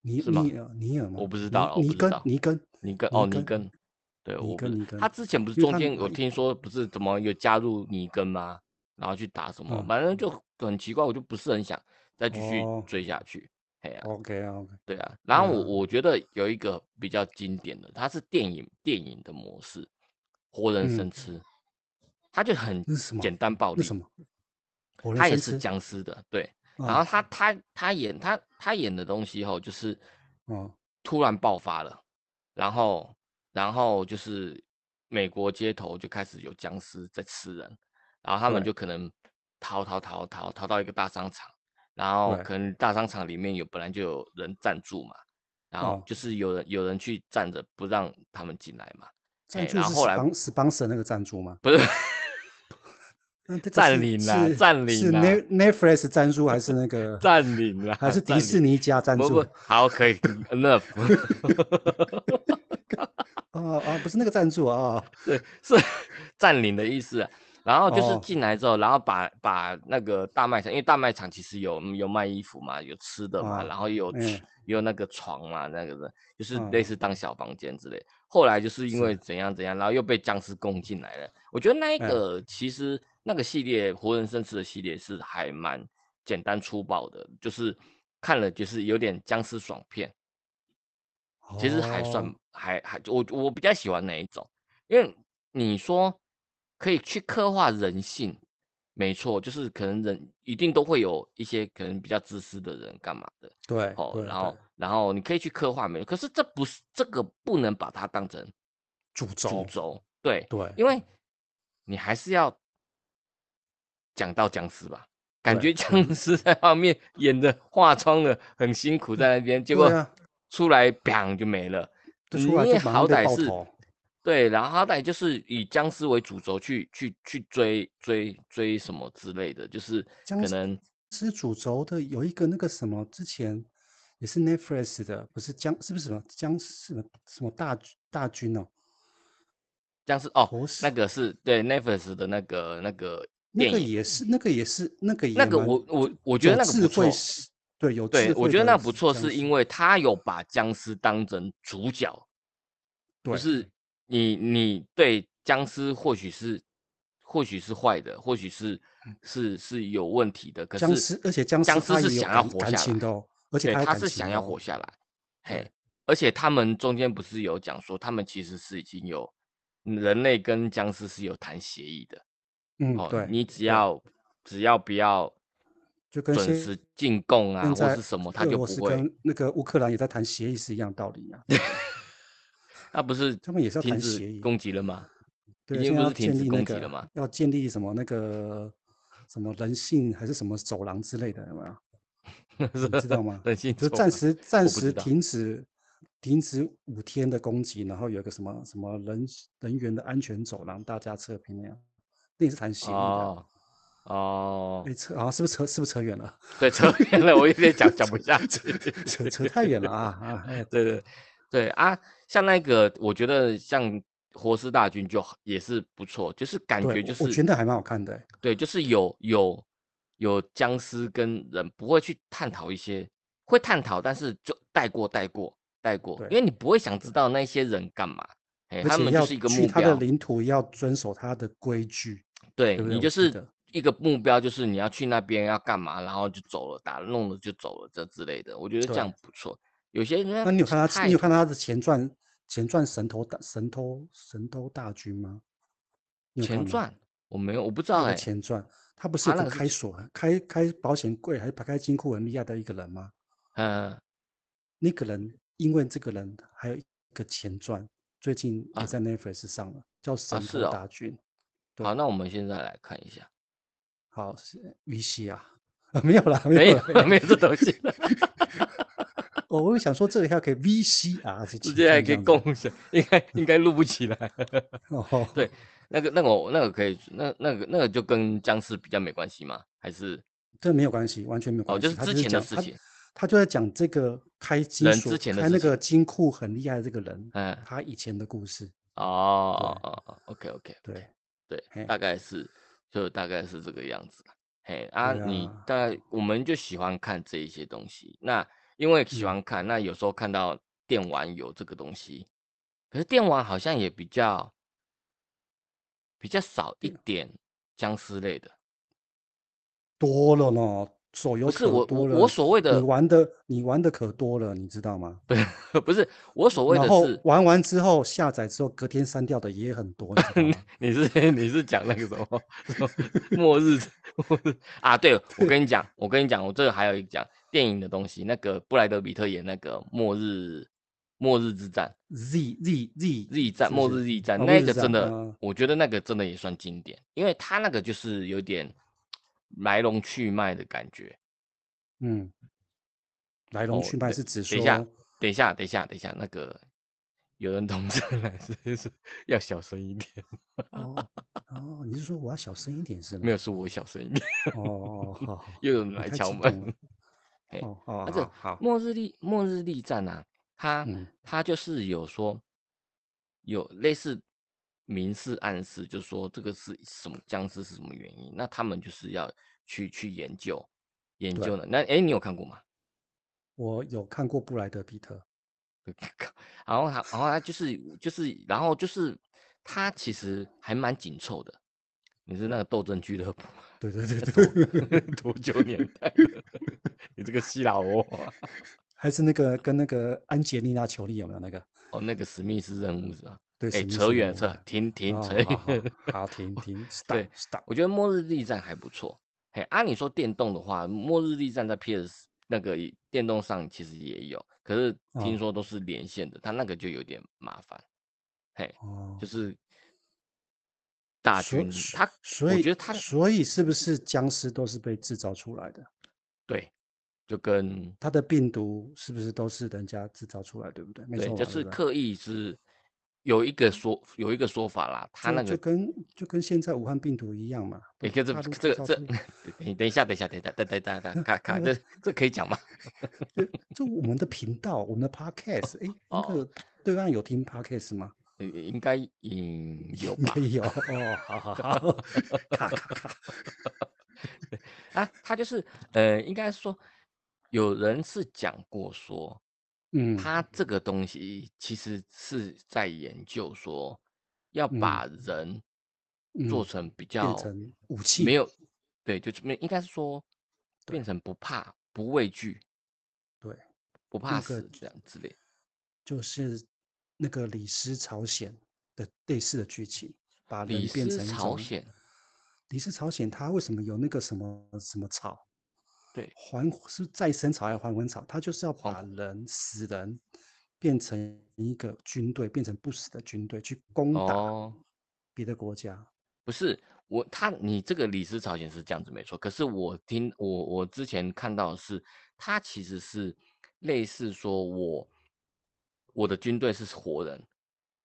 [SPEAKER 2] 尼
[SPEAKER 1] 是吗
[SPEAKER 2] 尼尔尼尔吗？
[SPEAKER 1] 我不知道啦我
[SPEAKER 2] 尼
[SPEAKER 1] 不
[SPEAKER 2] 尼
[SPEAKER 1] 知
[SPEAKER 2] 根
[SPEAKER 1] 道
[SPEAKER 2] 尼根
[SPEAKER 1] 尼根
[SPEAKER 2] 尼
[SPEAKER 1] 哦尼
[SPEAKER 2] 根
[SPEAKER 1] 根，对
[SPEAKER 2] 尼
[SPEAKER 1] 我不
[SPEAKER 2] 根
[SPEAKER 1] 是
[SPEAKER 2] 尼
[SPEAKER 1] 他
[SPEAKER 2] 根
[SPEAKER 1] 之前不是
[SPEAKER 2] 因
[SPEAKER 1] 中
[SPEAKER 2] 为他
[SPEAKER 1] 间
[SPEAKER 2] 哪
[SPEAKER 1] 有
[SPEAKER 2] 一
[SPEAKER 1] 听说不是怎么有加入尼根吗？然后去打什么，
[SPEAKER 2] 嗯
[SPEAKER 1] 反正就很奇怪，我就不是很想再继续
[SPEAKER 2] 哦
[SPEAKER 1] 追下去。哎呀、
[SPEAKER 2] ，OK 啊 OK，
[SPEAKER 1] 对啊，然后我
[SPEAKER 2] 啊
[SPEAKER 1] 我觉得有一个比较经典的，它是电影电影的模式，活人
[SPEAKER 2] 嗯
[SPEAKER 1] 生吃，它就很
[SPEAKER 2] 那是什么？
[SPEAKER 1] 简单暴
[SPEAKER 2] 那
[SPEAKER 1] 力，
[SPEAKER 2] 什么？火人
[SPEAKER 1] 他也
[SPEAKER 2] 生
[SPEAKER 1] 是
[SPEAKER 2] 吃
[SPEAKER 1] 僵尸的，对，然后
[SPEAKER 2] 啊
[SPEAKER 1] 他他他演他他演的东西后就是哎
[SPEAKER 2] 哦
[SPEAKER 1] 突然爆发了，然后然后就是美国街头就开始有僵尸在吃人，然后他们
[SPEAKER 2] 对
[SPEAKER 1] 就可能逃逃逃逃逃到一个大商场，然后
[SPEAKER 2] 对
[SPEAKER 1] 可能大商场里面有本来就有人暂住嘛，然后
[SPEAKER 2] 哦，
[SPEAKER 1] 就是有人有人去站着不让他们进来嘛，哎、
[SPEAKER 2] 赞助
[SPEAKER 1] 然后
[SPEAKER 2] 是
[SPEAKER 1] 后来
[SPEAKER 2] spon sponsor 那个赞助吗？
[SPEAKER 1] 不是
[SPEAKER 2] 那这个
[SPEAKER 1] 占
[SPEAKER 2] 是
[SPEAKER 1] 领啦，
[SPEAKER 2] 是
[SPEAKER 1] 占领
[SPEAKER 2] 是
[SPEAKER 1] 啦，
[SPEAKER 2] Net Netflix 赞助还是那个
[SPEAKER 1] 占领啦，
[SPEAKER 2] 还是迪
[SPEAKER 1] 占
[SPEAKER 2] 士
[SPEAKER 1] 领
[SPEAKER 2] 尼加赞
[SPEAKER 1] 不
[SPEAKER 2] 助
[SPEAKER 1] 不？好， 可以 enough，
[SPEAKER 2] 哦哦，不是那个赞助啊，哦
[SPEAKER 1] 对，是 占领的意思啊。然后就是
[SPEAKER 2] 哦
[SPEAKER 1] 进来之后，然后把把那个大卖场，因为大卖场其实有有卖衣服嘛，有吃的嘛，
[SPEAKER 2] 啊
[SPEAKER 1] 然后有
[SPEAKER 2] 嗯
[SPEAKER 1] 吃有那个床嘛，那个的，就是类
[SPEAKER 2] 啊
[SPEAKER 1] 似当小房间之类。后来就是因
[SPEAKER 2] 是
[SPEAKER 1] 为怎样怎样，然后又被僵尸攻进来了。我觉得那一
[SPEAKER 2] 哎
[SPEAKER 1] 个其实那个系列《活人生吃》的系列是还蛮简单粗暴的，就是看了就是有点僵尸爽片。其实还算
[SPEAKER 2] 哦
[SPEAKER 1] 还还我我比较喜欢哪一种，因为你说可以去刻画人性，没错，就是可能人一定都会有一些可能比较自私的人干嘛的，
[SPEAKER 2] 对
[SPEAKER 1] 哦，
[SPEAKER 2] 对
[SPEAKER 1] 然
[SPEAKER 2] 对
[SPEAKER 1] 后，然后你可以去刻画没有，可是这不是这个不能把它当成
[SPEAKER 2] 主
[SPEAKER 1] 主
[SPEAKER 2] 轴
[SPEAKER 1] 轴，对，
[SPEAKER 2] 对
[SPEAKER 1] 因为你还是要讲到僵尸吧。感觉
[SPEAKER 2] 对对
[SPEAKER 1] 僵尸在外面 演的化妆的很辛苦，在那边，结果
[SPEAKER 2] 对啊，
[SPEAKER 1] 出来砰就没了。
[SPEAKER 2] 就
[SPEAKER 1] 你
[SPEAKER 2] 出来就
[SPEAKER 1] 也
[SPEAKER 2] 马上
[SPEAKER 1] 好
[SPEAKER 2] 被
[SPEAKER 1] 歹
[SPEAKER 2] 爆
[SPEAKER 1] 是
[SPEAKER 2] 头，
[SPEAKER 1] 对，然后好歹就是以僵尸为主轴去去去追追追什么之类的，就是
[SPEAKER 2] 僵
[SPEAKER 1] 可
[SPEAKER 2] 尸
[SPEAKER 1] 能
[SPEAKER 2] 是主轴的有一个那个什么之前也是 Netflix 的，不是僵是不是什么僵尸什么什么大军大军哦，
[SPEAKER 1] 僵尸哦，
[SPEAKER 2] 活
[SPEAKER 1] 那
[SPEAKER 2] 尸
[SPEAKER 1] 个是对 Netflix 的那个那个
[SPEAKER 2] 那
[SPEAKER 1] 电
[SPEAKER 2] 个
[SPEAKER 1] 影，
[SPEAKER 2] 也是那个也是那个
[SPEAKER 1] 那
[SPEAKER 2] 也
[SPEAKER 1] 个
[SPEAKER 2] 蛮
[SPEAKER 1] 我我我觉
[SPEAKER 2] 有
[SPEAKER 1] 得那个
[SPEAKER 2] 智
[SPEAKER 1] 不
[SPEAKER 2] 慧
[SPEAKER 1] 错，
[SPEAKER 2] 是，对有
[SPEAKER 1] 对
[SPEAKER 2] 智
[SPEAKER 1] 我
[SPEAKER 2] 慧
[SPEAKER 1] 觉得那
[SPEAKER 2] 的
[SPEAKER 1] 不错，
[SPEAKER 2] 僵
[SPEAKER 1] 是
[SPEAKER 2] 尸，
[SPEAKER 1] 因为他有把僵尸当成主角，就
[SPEAKER 2] 对
[SPEAKER 1] 是你你对僵尸或许是或许是坏的，或许是是是有问题的，可
[SPEAKER 2] 嗯僵
[SPEAKER 1] 是
[SPEAKER 2] 尸，而且僵
[SPEAKER 1] 僵
[SPEAKER 2] 尸
[SPEAKER 1] 尸
[SPEAKER 2] 他
[SPEAKER 1] 是
[SPEAKER 2] 也有
[SPEAKER 1] 想要
[SPEAKER 2] 感
[SPEAKER 1] 活
[SPEAKER 2] 感
[SPEAKER 1] 下
[SPEAKER 2] 情
[SPEAKER 1] 来。
[SPEAKER 2] 的哦，而且
[SPEAKER 1] 对，
[SPEAKER 2] 他有
[SPEAKER 1] 他
[SPEAKER 2] 感
[SPEAKER 1] 是
[SPEAKER 2] 情
[SPEAKER 1] 想
[SPEAKER 2] 的
[SPEAKER 1] 要
[SPEAKER 2] 哦，
[SPEAKER 1] 活下来，嘿
[SPEAKER 2] 对，
[SPEAKER 1] 而且他们中间不是有讲说，他们其实是已经有嗯人类跟僵尸是有谈协议的，
[SPEAKER 2] 嗯
[SPEAKER 1] 哦，
[SPEAKER 2] 对
[SPEAKER 1] 你只
[SPEAKER 2] 对，
[SPEAKER 1] 要只要不要
[SPEAKER 2] 就跟
[SPEAKER 1] 准
[SPEAKER 2] 现
[SPEAKER 1] 时进贡啊
[SPEAKER 2] 现
[SPEAKER 1] 或
[SPEAKER 2] 在
[SPEAKER 1] 是什么，他
[SPEAKER 2] 俄
[SPEAKER 1] 就
[SPEAKER 2] 罗
[SPEAKER 1] 不
[SPEAKER 2] 斯
[SPEAKER 1] 会，
[SPEAKER 2] 跟那个乌克兰也在谈协议是一样道理啊，
[SPEAKER 1] 他不是
[SPEAKER 2] 他们也是要
[SPEAKER 1] 停
[SPEAKER 2] 谈
[SPEAKER 1] 止
[SPEAKER 2] 协议，
[SPEAKER 1] 攻击了吗？已
[SPEAKER 2] 对，
[SPEAKER 1] 经
[SPEAKER 2] 现在
[SPEAKER 1] 不
[SPEAKER 2] 要
[SPEAKER 1] 是停
[SPEAKER 2] 建
[SPEAKER 1] 止
[SPEAKER 2] 立那
[SPEAKER 1] 攻击了
[SPEAKER 2] 个
[SPEAKER 1] 吗？
[SPEAKER 2] 要建立什么那个什么人性还是什么走廊之类的，有没有？你知道吗？
[SPEAKER 1] 人性
[SPEAKER 2] 就
[SPEAKER 1] 走
[SPEAKER 2] 暂
[SPEAKER 1] 廊，
[SPEAKER 2] 时暂
[SPEAKER 1] 我不知
[SPEAKER 2] 时
[SPEAKER 1] 道。
[SPEAKER 2] 停止停止五天的攻击，然后有一个什么什么人人员的安全走廊，大家测评那样，那也是谈协议的啊。
[SPEAKER 1] 哦哦，
[SPEAKER 2] 哎，扯啊，是不是扯是不是扯远了？
[SPEAKER 1] 对，扯远了，我有点讲讲不下
[SPEAKER 2] 扯
[SPEAKER 1] 去。
[SPEAKER 2] 扯扯太远了啊啊！哎，
[SPEAKER 1] 对对对啊，像那个，我觉得像活尸大军就好也是不错，就是感
[SPEAKER 2] 对
[SPEAKER 1] 觉就
[SPEAKER 2] 我我
[SPEAKER 1] 是
[SPEAKER 2] 觉得还蛮好看的欸。
[SPEAKER 1] 对，就是有有有僵尸跟人不会去探讨一些，会探讨，但是就带过带过带过，因
[SPEAKER 2] 对
[SPEAKER 1] 为你不会想知道那些人干嘛，哎，
[SPEAKER 2] 而
[SPEAKER 1] 他
[SPEAKER 2] 且
[SPEAKER 1] 们就
[SPEAKER 2] 要
[SPEAKER 1] 是一个
[SPEAKER 2] 去
[SPEAKER 1] 目
[SPEAKER 2] 他的
[SPEAKER 1] 标，
[SPEAKER 2] 领土，要遵守他的规矩，
[SPEAKER 1] 对
[SPEAKER 2] 对不对？
[SPEAKER 1] 你
[SPEAKER 2] 我
[SPEAKER 1] 就
[SPEAKER 2] 记
[SPEAKER 1] 是
[SPEAKER 2] 得，
[SPEAKER 1] 一个目标，就是你要去那边要干嘛，然后就走了，打弄了就走了这之类的，我觉得这样
[SPEAKER 2] 对。
[SPEAKER 1] 不错。有些人
[SPEAKER 2] 那你有
[SPEAKER 1] 这
[SPEAKER 2] 看他，你
[SPEAKER 1] 太
[SPEAKER 2] 有看他的前传前传神偷大神偷神偷大军吗？你有看
[SPEAKER 1] 前
[SPEAKER 2] 吗？
[SPEAKER 1] 传我没有，我不知道
[SPEAKER 2] 那个
[SPEAKER 1] 哎、
[SPEAKER 2] 前传，他不是
[SPEAKER 1] 他
[SPEAKER 2] 有
[SPEAKER 1] 那
[SPEAKER 2] 个
[SPEAKER 1] 个是
[SPEAKER 2] 开锁、啊开开保险柜还是开金库很厉害的一个人吗？
[SPEAKER 1] 呃
[SPEAKER 2] 那个人因为这个人还有一个前传，最近
[SPEAKER 1] 啊
[SPEAKER 2] 也在 Netflix 上了，叫《神
[SPEAKER 1] 是
[SPEAKER 2] 偷
[SPEAKER 1] 哦
[SPEAKER 2] 大军》。对
[SPEAKER 1] 好，那我们现在来看一下，
[SPEAKER 2] 好，是于西啊， 没有啦，
[SPEAKER 1] 没
[SPEAKER 2] 有啦，
[SPEAKER 1] 有 没有这东 西了，
[SPEAKER 2] 哦，我有想说这里还可以 VCR，是
[SPEAKER 1] 直
[SPEAKER 2] 情
[SPEAKER 1] 接还
[SPEAKER 2] 境
[SPEAKER 1] 可以
[SPEAKER 2] 这样
[SPEAKER 1] 共享，应该应该录不起来。
[SPEAKER 2] 子哦，
[SPEAKER 1] 对那个那个我那个可以，那那个那个就跟僵尸比较没关系吗？还是
[SPEAKER 2] 这没有关系，完全没有
[SPEAKER 1] 哦，
[SPEAKER 2] 关系。
[SPEAKER 1] 就是
[SPEAKER 2] 他
[SPEAKER 1] 之
[SPEAKER 2] 是
[SPEAKER 1] 前的
[SPEAKER 2] 讲
[SPEAKER 1] 事
[SPEAKER 2] 他
[SPEAKER 1] 情，
[SPEAKER 2] 他就在讲这个开金
[SPEAKER 1] 人
[SPEAKER 2] 锁
[SPEAKER 1] 之前的
[SPEAKER 2] 开
[SPEAKER 1] 事
[SPEAKER 2] 那
[SPEAKER 1] 情
[SPEAKER 2] 个金库很厉害的这个人，
[SPEAKER 1] 嗯，
[SPEAKER 2] 他以前的故事。
[SPEAKER 1] 哦哦哦，OK OK，
[SPEAKER 2] 对，
[SPEAKER 1] 对，
[SPEAKER 2] 嘿
[SPEAKER 1] 大概是就大概是这个样子啦。嘿啊，
[SPEAKER 2] 对
[SPEAKER 1] 你
[SPEAKER 2] 啊
[SPEAKER 1] 大概我们就喜欢看这一些东西。那因为喜
[SPEAKER 2] 嗯
[SPEAKER 1] 欢看，那有时候看到电玩有这个东西，可是电玩好像也比较比较少一点僵尸类的。
[SPEAKER 2] 多了呢，手游
[SPEAKER 1] 不是
[SPEAKER 2] 可
[SPEAKER 1] 我我
[SPEAKER 2] 多了。
[SPEAKER 1] 我所谓
[SPEAKER 2] 你
[SPEAKER 1] 的
[SPEAKER 2] 玩的你玩的可多了，你知道吗？
[SPEAKER 1] 不是我所谓
[SPEAKER 2] 然
[SPEAKER 1] 的
[SPEAKER 2] 后
[SPEAKER 1] 是，
[SPEAKER 2] 玩完之后下载之后，隔天删掉的也很多，你知 道吗
[SPEAKER 1] 你是你是讲那个什么什么末日末日啊？对，我跟你讲，我跟你讲，我这个还有一个讲电影的东西，那个布莱德比特演那个末日末日之战
[SPEAKER 2] Z Z Z
[SPEAKER 1] Z 战
[SPEAKER 2] 是不
[SPEAKER 1] 末
[SPEAKER 2] 是
[SPEAKER 1] 日 Z 战
[SPEAKER 2] 哦末
[SPEAKER 1] 那
[SPEAKER 2] 日
[SPEAKER 1] 个
[SPEAKER 2] 之
[SPEAKER 1] 真
[SPEAKER 2] 战
[SPEAKER 1] 的，
[SPEAKER 2] 嗯
[SPEAKER 1] 我觉得那个真的也算经典，因为他那个就是有点来龙去脉的感觉。
[SPEAKER 2] 嗯，来龙
[SPEAKER 1] 哦
[SPEAKER 2] 去脉
[SPEAKER 1] 对
[SPEAKER 2] 是指
[SPEAKER 1] 等一下
[SPEAKER 2] 说，
[SPEAKER 1] 等一下，等一下，等一下，那个有人同志来，所以是 要小声一点。
[SPEAKER 2] 哦哦，你是说我要小声一点是吗？
[SPEAKER 1] 没有，是我小声一点，
[SPEAKER 2] 哦哦好好，好
[SPEAKER 1] 又有人
[SPEAKER 2] 我
[SPEAKER 1] 来
[SPEAKER 2] 太
[SPEAKER 1] 敲
[SPEAKER 2] 激动
[SPEAKER 1] 门
[SPEAKER 2] 了。
[SPEAKER 1] 嘿
[SPEAKER 2] 哦哦
[SPEAKER 1] 那这嗯
[SPEAKER 2] 好好，
[SPEAKER 1] 末日历末日历战啊，它
[SPEAKER 2] 嗯
[SPEAKER 1] 它就是有说有类似明示暗示，就说这个是什么僵尸是什么原因，那他们就是要去去研究研
[SPEAKER 2] 对
[SPEAKER 1] 究呢。那哎，你有看过吗？
[SPEAKER 2] 我有看过布莱德比特，
[SPEAKER 1] 然后他，然后他就是就是，然后就是他其实还蛮紧凑的。你是那个斗争俱乐部吗，
[SPEAKER 2] 对对对对，
[SPEAKER 1] 多 多久年代的？ 你这个希腊哦，
[SPEAKER 2] 还是那个跟那个安吉丽娜·裘丽有没有那个？
[SPEAKER 1] 哦，那个史密斯任务是吧？
[SPEAKER 2] 对，
[SPEAKER 1] 哎，
[SPEAKER 2] 史密
[SPEAKER 1] 扯
[SPEAKER 2] 斯
[SPEAKER 1] 远了，
[SPEAKER 2] 任务
[SPEAKER 1] 扯，停停
[SPEAKER 2] 哦
[SPEAKER 1] 扯
[SPEAKER 2] 好好
[SPEAKER 1] 远了。
[SPEAKER 2] 好，停停
[SPEAKER 1] 对
[SPEAKER 2] ，stop stop。
[SPEAKER 1] 我觉得《末日力战》还不错。嘿，啊，你说电动的话，《末日力战》在 PS 那个也电动上其实也有，可是听
[SPEAKER 2] 哦
[SPEAKER 1] 说都是连线的，它那个就有点麻烦。嘿，
[SPEAKER 2] 哦
[SPEAKER 1] 就，是大
[SPEAKER 2] 所
[SPEAKER 1] 军，
[SPEAKER 2] 所
[SPEAKER 1] 他
[SPEAKER 2] 所
[SPEAKER 1] 我
[SPEAKER 2] 以
[SPEAKER 1] 觉得他
[SPEAKER 2] 所以是不是僵尸都是被制造出来的？
[SPEAKER 1] 对，就跟
[SPEAKER 2] 它的病毒是不是都是人家制造出来，对不对？没
[SPEAKER 1] 对，
[SPEAKER 2] 错嘛，
[SPEAKER 1] 就
[SPEAKER 2] 对
[SPEAKER 1] 是
[SPEAKER 2] 不对
[SPEAKER 1] 刻意是有一个说有一个说法啦，他那
[SPEAKER 2] 就就
[SPEAKER 1] 个
[SPEAKER 2] 跟就跟现在武汉病毒一样嘛，
[SPEAKER 1] 你
[SPEAKER 2] 被
[SPEAKER 1] 看这
[SPEAKER 2] 大陆
[SPEAKER 1] 这
[SPEAKER 2] 制
[SPEAKER 1] 个
[SPEAKER 2] 造
[SPEAKER 1] 这，
[SPEAKER 2] 出。
[SPEAKER 1] 等等一下，等一下，等一下，等等等等，卡 卡，这这可以讲吗？
[SPEAKER 2] 对，就我们的频道，我们的 podcast，哎，那
[SPEAKER 1] 哦
[SPEAKER 2] 个对岸有听 podcast 吗？
[SPEAKER 1] 呃应该嗯有
[SPEAKER 2] 应
[SPEAKER 1] 吧
[SPEAKER 2] 该？ 有哦，好好好，咔咔咔，
[SPEAKER 1] 啊，他就是呃，应该说有人是讲过说，
[SPEAKER 2] 嗯，
[SPEAKER 1] 他这个东西其实是在研究说，要
[SPEAKER 2] 嗯
[SPEAKER 1] 把人做
[SPEAKER 2] 嗯
[SPEAKER 1] 成比较
[SPEAKER 2] 变成武器，
[SPEAKER 1] 没有，对，就是没应该是说
[SPEAKER 2] 对
[SPEAKER 1] 变成不怕、不畏惧、
[SPEAKER 2] 对，
[SPEAKER 1] 不怕
[SPEAKER 2] 个
[SPEAKER 1] 死这样之类。
[SPEAKER 2] 就是那个李斯朝鲜的类似的剧情，把
[SPEAKER 1] 李
[SPEAKER 2] 人变
[SPEAKER 1] 斯
[SPEAKER 2] 成一
[SPEAKER 1] 朝
[SPEAKER 2] 种
[SPEAKER 1] 鲜，
[SPEAKER 2] 李斯朝鲜它为什么有那个什么什么草？
[SPEAKER 1] 对
[SPEAKER 2] 还是再生草还是还魂草？它就是要
[SPEAKER 1] 还
[SPEAKER 2] 把人死人变成一个军队，变成不死的军队去攻打
[SPEAKER 1] 哦，
[SPEAKER 2] 别的国家。
[SPEAKER 1] 不是我他你这个李斯朝鲜是这样子没错，可是我听我我之前看到的是，他其实是类似说我我的军队是活人，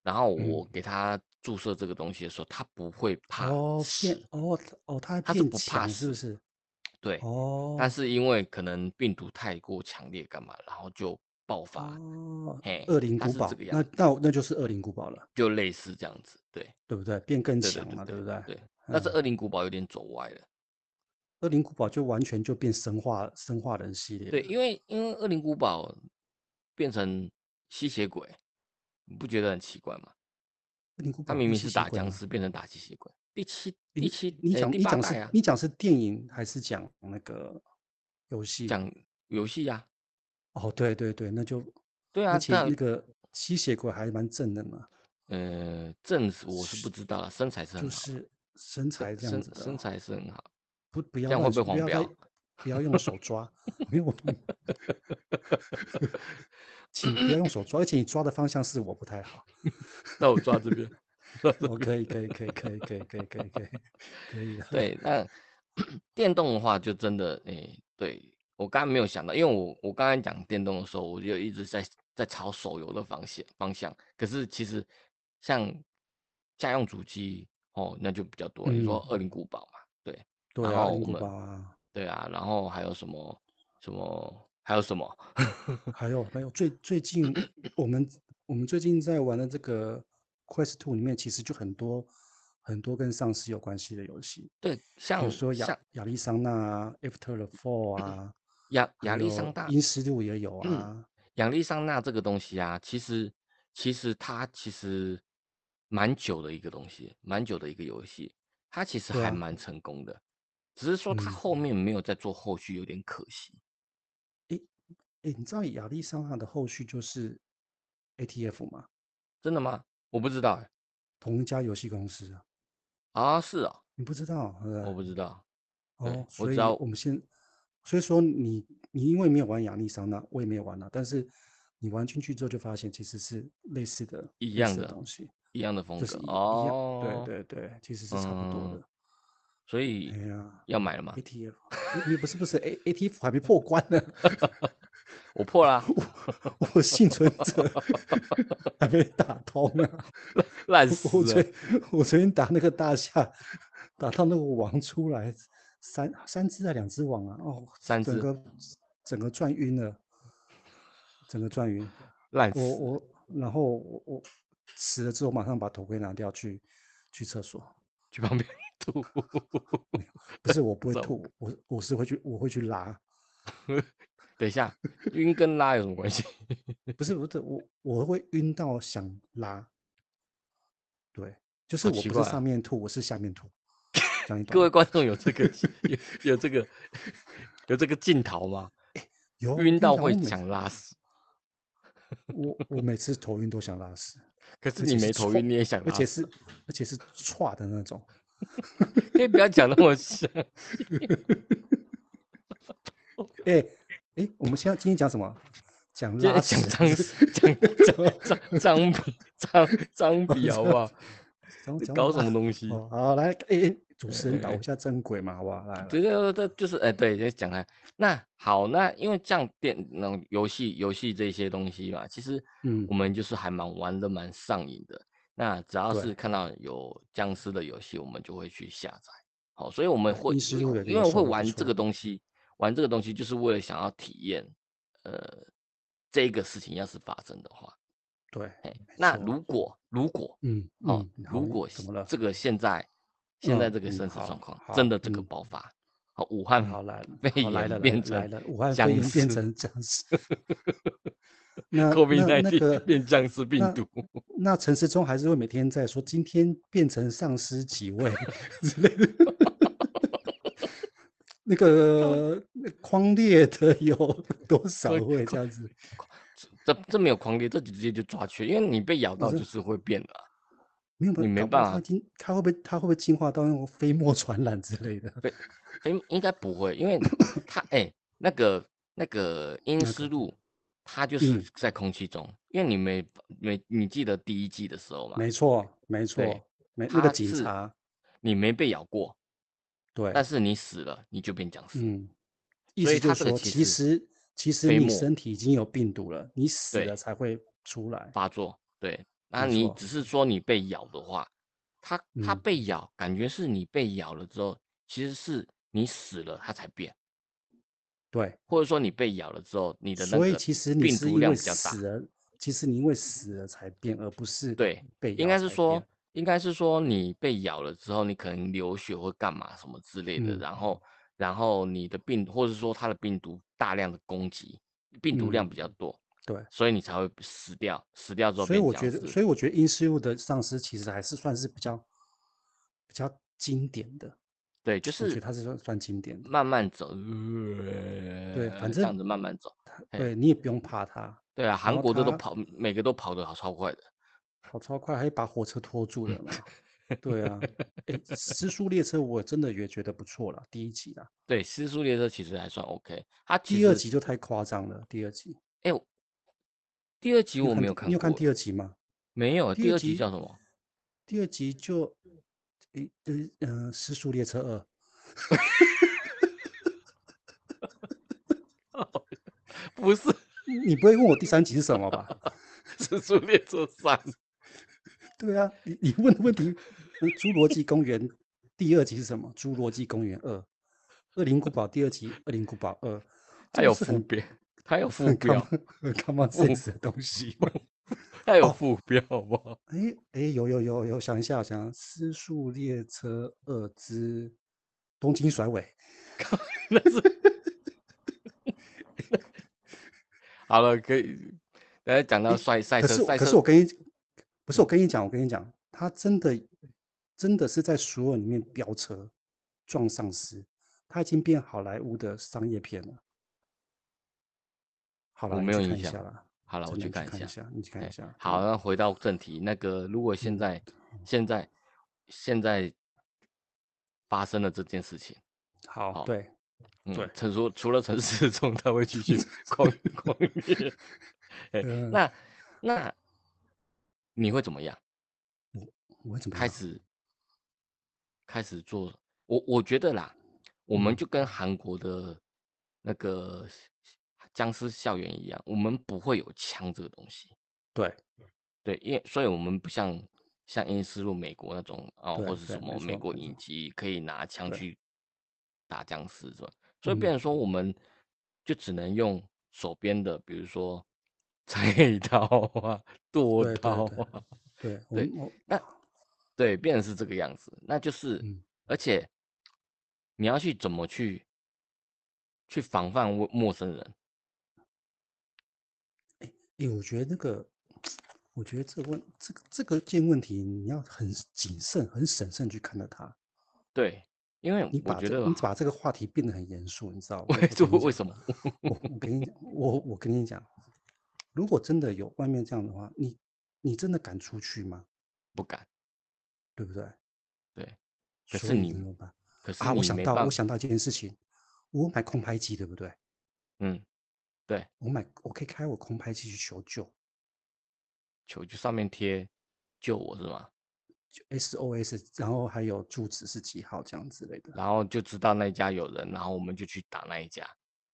[SPEAKER 1] 然后我
[SPEAKER 2] 嗯
[SPEAKER 1] 给他注射这个东西的时候，他不会怕
[SPEAKER 2] 哦，变
[SPEAKER 1] 死，
[SPEAKER 2] 哦哦，它还
[SPEAKER 1] 他是
[SPEAKER 2] 变
[SPEAKER 1] 不怕
[SPEAKER 2] 强是不
[SPEAKER 1] 死，
[SPEAKER 2] 是？
[SPEAKER 1] 对，
[SPEAKER 2] 哦，
[SPEAKER 1] 但是因为可能病毒太过强烈，干嘛，然后就爆发，
[SPEAKER 2] 哦，
[SPEAKER 1] 嘿，
[SPEAKER 2] 恶灵
[SPEAKER 1] 它
[SPEAKER 2] 古
[SPEAKER 1] 是这
[SPEAKER 2] 堡，
[SPEAKER 1] 个样
[SPEAKER 2] 那
[SPEAKER 1] 子，
[SPEAKER 2] 那我那就是恶灵古堡了，
[SPEAKER 1] 就类似这样子，对，
[SPEAKER 2] 对不对？变更
[SPEAKER 1] 对对
[SPEAKER 2] 强
[SPEAKER 1] 对
[SPEAKER 2] 了，对
[SPEAKER 1] 对
[SPEAKER 2] 不对？
[SPEAKER 1] 对。但是
[SPEAKER 2] 嗯，
[SPEAKER 1] 恶灵古堡有点走歪了，
[SPEAKER 2] 恶灵古堡就完全就变生化生化人系列了。
[SPEAKER 1] 对，因为因为恶灵古堡变成吸血鬼，你不觉得很奇怪吗？
[SPEAKER 2] 恶灵古
[SPEAKER 1] 他
[SPEAKER 2] 堡
[SPEAKER 1] 明
[SPEAKER 2] 变
[SPEAKER 1] 明
[SPEAKER 2] 哦吸
[SPEAKER 1] 是
[SPEAKER 2] 血
[SPEAKER 1] 打
[SPEAKER 2] 鬼
[SPEAKER 1] 僵
[SPEAKER 2] 吗？
[SPEAKER 1] 尸，变成打吸血鬼。第七第
[SPEAKER 2] 你
[SPEAKER 1] 七
[SPEAKER 2] 你
[SPEAKER 1] 呃
[SPEAKER 2] 讲
[SPEAKER 1] 第
[SPEAKER 2] 你
[SPEAKER 1] 八
[SPEAKER 2] 讲
[SPEAKER 1] 代
[SPEAKER 2] 是
[SPEAKER 1] 啊，
[SPEAKER 2] 你讲是电影还是讲那个游戏？
[SPEAKER 1] 讲游戏啊，
[SPEAKER 2] 哦，对对对，那就
[SPEAKER 1] 对啊，
[SPEAKER 2] 而且
[SPEAKER 1] 但
[SPEAKER 2] 那个吸血鬼还蛮正的嘛，
[SPEAKER 1] 呃，正是我是不知道了，身材是
[SPEAKER 2] 就
[SPEAKER 1] 很好，
[SPEAKER 2] 是身材
[SPEAKER 1] 啊身
[SPEAKER 2] 这样
[SPEAKER 1] 身
[SPEAKER 2] 子的
[SPEAKER 1] 身
[SPEAKER 2] 哦，
[SPEAKER 1] 材是很好，
[SPEAKER 2] 不不
[SPEAKER 1] 这
[SPEAKER 2] 要
[SPEAKER 1] 样会
[SPEAKER 2] 乱
[SPEAKER 1] 被
[SPEAKER 2] 说，不
[SPEAKER 1] 黄
[SPEAKER 2] 要再
[SPEAKER 1] 标。，
[SPEAKER 2] 不要用手抓，没有请不要用手抓，而且你抓的方向是我不太 好。
[SPEAKER 1] 那我抓这边。
[SPEAKER 2] 我可以，可以，可以，可以，可以，可以，可以，可以，可 以的。
[SPEAKER 1] 对，那 电动的话就真的，诶、对我刚才没有想到，因为我我刚才讲电动的时候，我就一直在在朝手游的方向方向。可是其实像家用主机哦，那就比较多。你说
[SPEAKER 2] 嗯
[SPEAKER 1] 恶灵古堡嘛，对
[SPEAKER 2] 对
[SPEAKER 1] 然
[SPEAKER 2] 啊，
[SPEAKER 1] 后
[SPEAKER 2] 英
[SPEAKER 1] 我
[SPEAKER 2] 古
[SPEAKER 1] 们
[SPEAKER 2] 堡啊，
[SPEAKER 1] 对啊，然后还有什么什么，还有什么？
[SPEAKER 2] 还有还有，最 最近我们我们最近在玩的这个 Quest Two 里面，其实就很多很多跟丧尸有关系的游戏，
[SPEAKER 1] 对，
[SPEAKER 2] 比
[SPEAKER 1] 像
[SPEAKER 2] 如说亚
[SPEAKER 1] 像
[SPEAKER 2] 亚历桑那啊，After the Fall 啊，
[SPEAKER 1] 亚
[SPEAKER 2] 还
[SPEAKER 1] 亚历
[SPEAKER 2] 有
[SPEAKER 1] 山大，
[SPEAKER 2] 阴尸路也有
[SPEAKER 1] 嗯
[SPEAKER 2] 啊。
[SPEAKER 1] 亚历桑那这个东西啊，其实其实它其实蛮久的一个东西，蛮久的一个游戏，它其实
[SPEAKER 2] 对
[SPEAKER 1] 还
[SPEAKER 2] 啊
[SPEAKER 1] 蛮成功的，只是说它
[SPEAKER 2] 嗯
[SPEAKER 1] 后面没有再做后续，有点可惜。
[SPEAKER 2] 诶，你知道亚历桑那的后续就是 ATF 吗？
[SPEAKER 1] 真的吗？我不知道欸、
[SPEAKER 2] 同一家游戏公司啊，
[SPEAKER 1] 啊，是啊、
[SPEAKER 2] 你不知道，呃对不对
[SPEAKER 1] 我不知道。对
[SPEAKER 2] 哦，
[SPEAKER 1] 我
[SPEAKER 2] 所
[SPEAKER 1] 知
[SPEAKER 2] 以
[SPEAKER 1] 道
[SPEAKER 2] 我们现，所以说你你因为没有玩亚历桑那，我也没有玩了，啊但是你玩进去之后就发现其实是类似的
[SPEAKER 1] 一
[SPEAKER 2] 类
[SPEAKER 1] 样
[SPEAKER 2] 似的
[SPEAKER 1] 的
[SPEAKER 2] 东西，
[SPEAKER 1] 一样的风
[SPEAKER 2] 就是
[SPEAKER 1] 格
[SPEAKER 2] 一一样，对
[SPEAKER 1] 哦，
[SPEAKER 2] 对对，其实是差不多
[SPEAKER 1] 嗯
[SPEAKER 2] 的。
[SPEAKER 1] 所
[SPEAKER 2] 哎
[SPEAKER 1] 以
[SPEAKER 2] 呀
[SPEAKER 1] 要买了吗？
[SPEAKER 2] ，ATF，你不是不是 A ATF 还没破关呢，
[SPEAKER 1] 我破啦，
[SPEAKER 2] 我我幸存 者还没打通啊。
[SPEAKER 1] 烂
[SPEAKER 2] 我
[SPEAKER 1] 死
[SPEAKER 2] 昨
[SPEAKER 1] 了。
[SPEAKER 2] 天我昨天打那个大虾，打到那个网出来，三三只啊，两只网啊，哦，
[SPEAKER 1] 三
[SPEAKER 2] 整
[SPEAKER 1] 只
[SPEAKER 2] 个整个转晕了，整个转晕。
[SPEAKER 1] 烂
[SPEAKER 2] 我
[SPEAKER 1] 死，
[SPEAKER 2] 我然后我我死了之后，马上把头盔拿掉去去厕所。
[SPEAKER 1] 去旁边吐，
[SPEAKER 2] 不是我不会
[SPEAKER 1] 走
[SPEAKER 2] 吐，我我是会去我会去拉，
[SPEAKER 1] 等一下， 晕跟拉有什么关 系？
[SPEAKER 2] 不是不是我我会晕到想拉。对，就是
[SPEAKER 1] 好
[SPEAKER 2] 我
[SPEAKER 1] 奇
[SPEAKER 2] 不是
[SPEAKER 1] 怪啊
[SPEAKER 2] 上面吐，我是下面吐。这样你 懂
[SPEAKER 1] 各位
[SPEAKER 2] 吗
[SPEAKER 1] 观众有这个有有这个 有这个镜头吗？
[SPEAKER 2] 有
[SPEAKER 1] 晕到
[SPEAKER 2] 我
[SPEAKER 1] 会
[SPEAKER 2] 每
[SPEAKER 1] 想拉屎，
[SPEAKER 2] 我我每次头晕都想拉屎，
[SPEAKER 1] 可是
[SPEAKER 2] 而且
[SPEAKER 1] 你
[SPEAKER 2] 是
[SPEAKER 1] 没头
[SPEAKER 2] 错
[SPEAKER 1] 晕你也想
[SPEAKER 2] 而
[SPEAKER 1] 拉
[SPEAKER 2] 且
[SPEAKER 1] 屎，
[SPEAKER 2] 是而且是 歘的那种，
[SPEAKER 1] 可以不要讲那么深。
[SPEAKER 2] 哎、哎、我们现在今天讲什么？讲
[SPEAKER 1] 今
[SPEAKER 2] 拉
[SPEAKER 1] 天讲
[SPEAKER 2] 屎，
[SPEAKER 1] 张讲讲张张比张张比好不好？
[SPEAKER 2] 讲
[SPEAKER 1] 你
[SPEAKER 2] 讲
[SPEAKER 1] 搞
[SPEAKER 2] 拉
[SPEAKER 1] 什么东西？
[SPEAKER 2] 哦，好来，哎、哎，主持人
[SPEAKER 1] 哎
[SPEAKER 2] 导一下正轨嘛，好不好？来，来
[SPEAKER 1] 这个这就是哎，对，就讲了。那好，那因为这样电那种游戏游戏这些东西嘛，其实
[SPEAKER 2] 嗯
[SPEAKER 1] 我，们就是还蛮玩的蛮上瘾的。那只要
[SPEAKER 2] 对
[SPEAKER 1] 是看到有僵尸的游戏，我们就会去下载。好，所以我们
[SPEAKER 2] 对
[SPEAKER 1] 会
[SPEAKER 2] 阴尸路有一个
[SPEAKER 1] 因为
[SPEAKER 2] 也
[SPEAKER 1] 会
[SPEAKER 2] 说得不
[SPEAKER 1] 玩这
[SPEAKER 2] 错
[SPEAKER 1] 个东西，玩这个东西就是为了想要体验，呃，这个事情要是发生的话，
[SPEAKER 2] 对，
[SPEAKER 1] 嘿，
[SPEAKER 2] 没
[SPEAKER 1] 那
[SPEAKER 2] 错
[SPEAKER 1] 如果如果
[SPEAKER 2] 嗯
[SPEAKER 1] 哦
[SPEAKER 2] 嗯，，好
[SPEAKER 1] 如果
[SPEAKER 2] 怎
[SPEAKER 1] 是
[SPEAKER 2] 么了？
[SPEAKER 1] 这个现在现在
[SPEAKER 2] 嗯
[SPEAKER 1] 这个
[SPEAKER 2] 嗯
[SPEAKER 1] 生死
[SPEAKER 2] 好
[SPEAKER 1] 状况
[SPEAKER 2] 好
[SPEAKER 1] 真的这个
[SPEAKER 2] 嗯
[SPEAKER 1] 爆发，好，武汉
[SPEAKER 2] 好来
[SPEAKER 1] 肺
[SPEAKER 2] 好哦来
[SPEAKER 1] 炎
[SPEAKER 2] 了来
[SPEAKER 1] 变
[SPEAKER 2] 了来
[SPEAKER 1] 成
[SPEAKER 2] 了，武汉肺
[SPEAKER 1] 僵
[SPEAKER 2] 炎变
[SPEAKER 1] 尸
[SPEAKER 2] 成僵 尸，那那那
[SPEAKER 1] ，COVID-19
[SPEAKER 2] 个
[SPEAKER 1] 变僵尸病
[SPEAKER 2] 那
[SPEAKER 1] 毒，
[SPEAKER 2] 那陈时中还是会每天在说今天变成丧尸 几位之类的。那个那框列的有多少位这样子？
[SPEAKER 1] 这这没有狂烈，这直接就抓去，因为你被咬到
[SPEAKER 2] 是
[SPEAKER 1] 就是会变的啊、
[SPEAKER 2] 没有，
[SPEAKER 1] 你没
[SPEAKER 2] 搞不好
[SPEAKER 1] 办
[SPEAKER 2] 他
[SPEAKER 1] 法
[SPEAKER 2] 已经他会不会他会不会进化到那种飞沫传染之类 的？
[SPEAKER 1] 所以应该不会，因为它哎、那个那个阴
[SPEAKER 2] 那个
[SPEAKER 1] 湿路，它就是
[SPEAKER 2] 嗯
[SPEAKER 1] 在空气中，因为你没没你记得第一季的时候嘛，
[SPEAKER 2] 没错，没错
[SPEAKER 1] 对，
[SPEAKER 2] 没那个
[SPEAKER 1] 它
[SPEAKER 2] 警
[SPEAKER 1] 是
[SPEAKER 2] 察，
[SPEAKER 1] 你没被咬过，
[SPEAKER 2] 对，
[SPEAKER 1] 但是你死了你就变僵尸，
[SPEAKER 2] 嗯，意
[SPEAKER 1] 所以
[SPEAKER 2] 思就
[SPEAKER 1] 它
[SPEAKER 2] 是
[SPEAKER 1] 这个
[SPEAKER 2] 说，
[SPEAKER 1] 其
[SPEAKER 2] 其
[SPEAKER 1] 实
[SPEAKER 2] 实其实
[SPEAKER 1] 飞
[SPEAKER 2] 你
[SPEAKER 1] 沫
[SPEAKER 2] 身体已经有病毒了，你死
[SPEAKER 1] 对
[SPEAKER 2] 了才会出来。
[SPEAKER 1] 发作，对，那
[SPEAKER 2] 没
[SPEAKER 1] 你
[SPEAKER 2] 错
[SPEAKER 1] 只是说你被咬的话，它它
[SPEAKER 2] 嗯
[SPEAKER 1] 被咬，感觉是你被咬了之后，其实是你死了它才变。
[SPEAKER 2] 对，
[SPEAKER 1] 或者说你被咬了之后，你的那
[SPEAKER 2] 所以
[SPEAKER 1] 个
[SPEAKER 2] 其实你
[SPEAKER 1] 病
[SPEAKER 2] 是
[SPEAKER 1] 毒
[SPEAKER 2] 因
[SPEAKER 1] 量
[SPEAKER 2] 为
[SPEAKER 1] 比较大。
[SPEAKER 2] 死了，其实你因为死了才变，而不是
[SPEAKER 1] 对，
[SPEAKER 2] 被
[SPEAKER 1] 应
[SPEAKER 2] 咬
[SPEAKER 1] 该是
[SPEAKER 2] 才
[SPEAKER 1] 说
[SPEAKER 2] 变，
[SPEAKER 1] 应该是说你被咬了之后，你可能流血或干嘛什么之类的，
[SPEAKER 2] 嗯
[SPEAKER 1] 然后然后你的病，或者说它的病毒大量的攻击，病毒量
[SPEAKER 2] 嗯
[SPEAKER 1] 比较多，
[SPEAKER 2] 对。
[SPEAKER 1] 所以你才会死掉，死掉之后
[SPEAKER 2] 所以
[SPEAKER 1] 变
[SPEAKER 2] 我
[SPEAKER 1] 僵
[SPEAKER 2] 觉得，
[SPEAKER 1] 尸。
[SPEAKER 2] 所以我觉得阴尸路的丧尸其实还是算是比较比较经典的，
[SPEAKER 1] 对，就
[SPEAKER 2] 我觉得
[SPEAKER 1] 是
[SPEAKER 2] 它是算算经典的。
[SPEAKER 1] 慢慢走，
[SPEAKER 2] 对，
[SPEAKER 1] 呃
[SPEAKER 2] 反
[SPEAKER 1] 这样
[SPEAKER 2] 正
[SPEAKER 1] 子慢慢走。
[SPEAKER 2] 它
[SPEAKER 1] 嘿
[SPEAKER 2] 对你也不用怕它，
[SPEAKER 1] 对啊，
[SPEAKER 2] 然
[SPEAKER 1] 韩
[SPEAKER 2] 后
[SPEAKER 1] 国的都
[SPEAKER 2] 它
[SPEAKER 1] 跑，每个都跑得好超快的。
[SPEAKER 2] 跑超快，还把火车拖住了 嘛。对啊，哎，《失速列车》我真的也觉得不错了，第一集啦，
[SPEAKER 1] 对，《失速列车》其实还算 OK，它其
[SPEAKER 2] 第二
[SPEAKER 1] 实
[SPEAKER 2] 集就太夸张了，第二集。
[SPEAKER 1] 哎、第二集
[SPEAKER 2] 你
[SPEAKER 1] 我没有
[SPEAKER 2] 第
[SPEAKER 1] 看过，
[SPEAKER 2] 你有看第二集吗？
[SPEAKER 1] 没有，
[SPEAKER 2] 第
[SPEAKER 1] 第
[SPEAKER 2] 二
[SPEAKER 1] 二集
[SPEAKER 2] 集
[SPEAKER 1] 叫什 么？
[SPEAKER 2] 第二集就，诶呃嗯，《失速列车二》
[SPEAKER 1] 不是
[SPEAKER 2] 你不会问我第三集是什么吧？
[SPEAKER 1] 《蜘蛛列车三》
[SPEAKER 2] 对啊，你你问的问题，呃《侏罗纪公园》 第二集是什么？《侏罗纪公园二》《恶灵古堡》第二集，《恶灵古堡二》，
[SPEAKER 1] 它
[SPEAKER 2] 这
[SPEAKER 1] 有
[SPEAKER 2] 是
[SPEAKER 1] 副
[SPEAKER 2] 很
[SPEAKER 1] 标，它 有副
[SPEAKER 2] 很
[SPEAKER 1] 标，
[SPEAKER 2] common 很 common sense 的东西吗。
[SPEAKER 1] 它有
[SPEAKER 2] 哦
[SPEAKER 1] 副标，好不好？
[SPEAKER 2] 哎哎，有有有有，想一下，我想《失速列车二之东京甩尾》，
[SPEAKER 1] 那 是 好了，可以。大家讲到
[SPEAKER 2] 诶
[SPEAKER 1] 赛赛
[SPEAKER 2] 可
[SPEAKER 1] 车，
[SPEAKER 2] 是
[SPEAKER 1] 赛
[SPEAKER 2] 可是
[SPEAKER 1] 车嗯
[SPEAKER 2] 我跟你不是我跟你讲，我跟你讲，他真的真的是在所有里面飙车撞上司，他已经变好莱坞的商业片了。好
[SPEAKER 1] 我
[SPEAKER 2] 了，你
[SPEAKER 1] 没
[SPEAKER 2] 去
[SPEAKER 1] 有印
[SPEAKER 2] 看一
[SPEAKER 1] 象
[SPEAKER 2] 下啦，
[SPEAKER 1] 好了，我
[SPEAKER 2] 真的
[SPEAKER 1] 去看一
[SPEAKER 2] 你去看
[SPEAKER 1] 下
[SPEAKER 2] 一。下，你去看
[SPEAKER 1] 哎
[SPEAKER 2] 一下。嗯
[SPEAKER 1] 好，，那回到正题，那个如果现在、现在、现在发生了这件事情，
[SPEAKER 2] 好，
[SPEAKER 1] 好
[SPEAKER 2] 对，
[SPEAKER 1] 嗯，
[SPEAKER 2] 对
[SPEAKER 1] 陈叔除了陈世忠，他会 继续狂狂虐。哎
[SPEAKER 2] 嗯
[SPEAKER 1] 那那你会怎么样？
[SPEAKER 2] 我会怎么
[SPEAKER 1] 开
[SPEAKER 2] 样
[SPEAKER 1] 始开始做，我我觉得啦，我们
[SPEAKER 2] 嗯
[SPEAKER 1] 就跟韩国的那个僵尸校园一样，我们不会有枪这个东西。
[SPEAKER 2] 对
[SPEAKER 1] 对，因为所以我们不像像英斯路美国那种啊、
[SPEAKER 2] 对
[SPEAKER 1] 或是
[SPEAKER 2] 对
[SPEAKER 1] 什
[SPEAKER 2] 没
[SPEAKER 1] 么美
[SPEAKER 2] 错
[SPEAKER 1] 国
[SPEAKER 2] 没错
[SPEAKER 1] 影集可以拿枪
[SPEAKER 2] 对
[SPEAKER 1] 去打僵尸是吧？所以
[SPEAKER 2] 嗯
[SPEAKER 1] 变成说我们就只能用手边的，比如说 菜刀啊、剁
[SPEAKER 2] 对对
[SPEAKER 1] 刀
[SPEAKER 2] 对
[SPEAKER 1] 啊，
[SPEAKER 2] 对，我
[SPEAKER 1] 对
[SPEAKER 2] 们我
[SPEAKER 1] 那对，变成是这个样子，那就是，
[SPEAKER 2] 嗯
[SPEAKER 1] 而且你要去怎么去去防范陌陌生人，
[SPEAKER 2] 哎，我觉得那个，我觉得这个问这个这个件问题，你要很谨慎、很审慎去看待它。
[SPEAKER 1] 对，因为
[SPEAKER 2] 你
[SPEAKER 1] 我
[SPEAKER 2] 把
[SPEAKER 1] 觉
[SPEAKER 2] 这
[SPEAKER 1] 得
[SPEAKER 2] 你把这个话题变得很严肃，你知道 吗？
[SPEAKER 1] 为什
[SPEAKER 2] 我跟你
[SPEAKER 1] 为
[SPEAKER 2] 讲
[SPEAKER 1] 什么？
[SPEAKER 2] 我我跟你讲，我我跟你讲，啊如果真的有外面这样的话，你你真的敢出去吗？
[SPEAKER 1] 不敢，
[SPEAKER 2] 对不对？
[SPEAKER 1] 对，可是
[SPEAKER 2] 所以
[SPEAKER 1] 你
[SPEAKER 2] 你怎么办
[SPEAKER 1] 可是
[SPEAKER 2] 啊？我
[SPEAKER 1] 你
[SPEAKER 2] 想
[SPEAKER 1] 没
[SPEAKER 2] 到
[SPEAKER 1] 办
[SPEAKER 2] 我
[SPEAKER 1] 法，
[SPEAKER 2] 想到一件事情，我买空拍机，对不对？
[SPEAKER 1] 嗯，对，
[SPEAKER 2] 我买我可以开我空拍机去求救
[SPEAKER 1] 球就上面贴救我是吗？
[SPEAKER 2] 就，SOS，然后还有住址是几号这样之类的。
[SPEAKER 1] 然后就知道那一家有人，然后我们就去打那一家，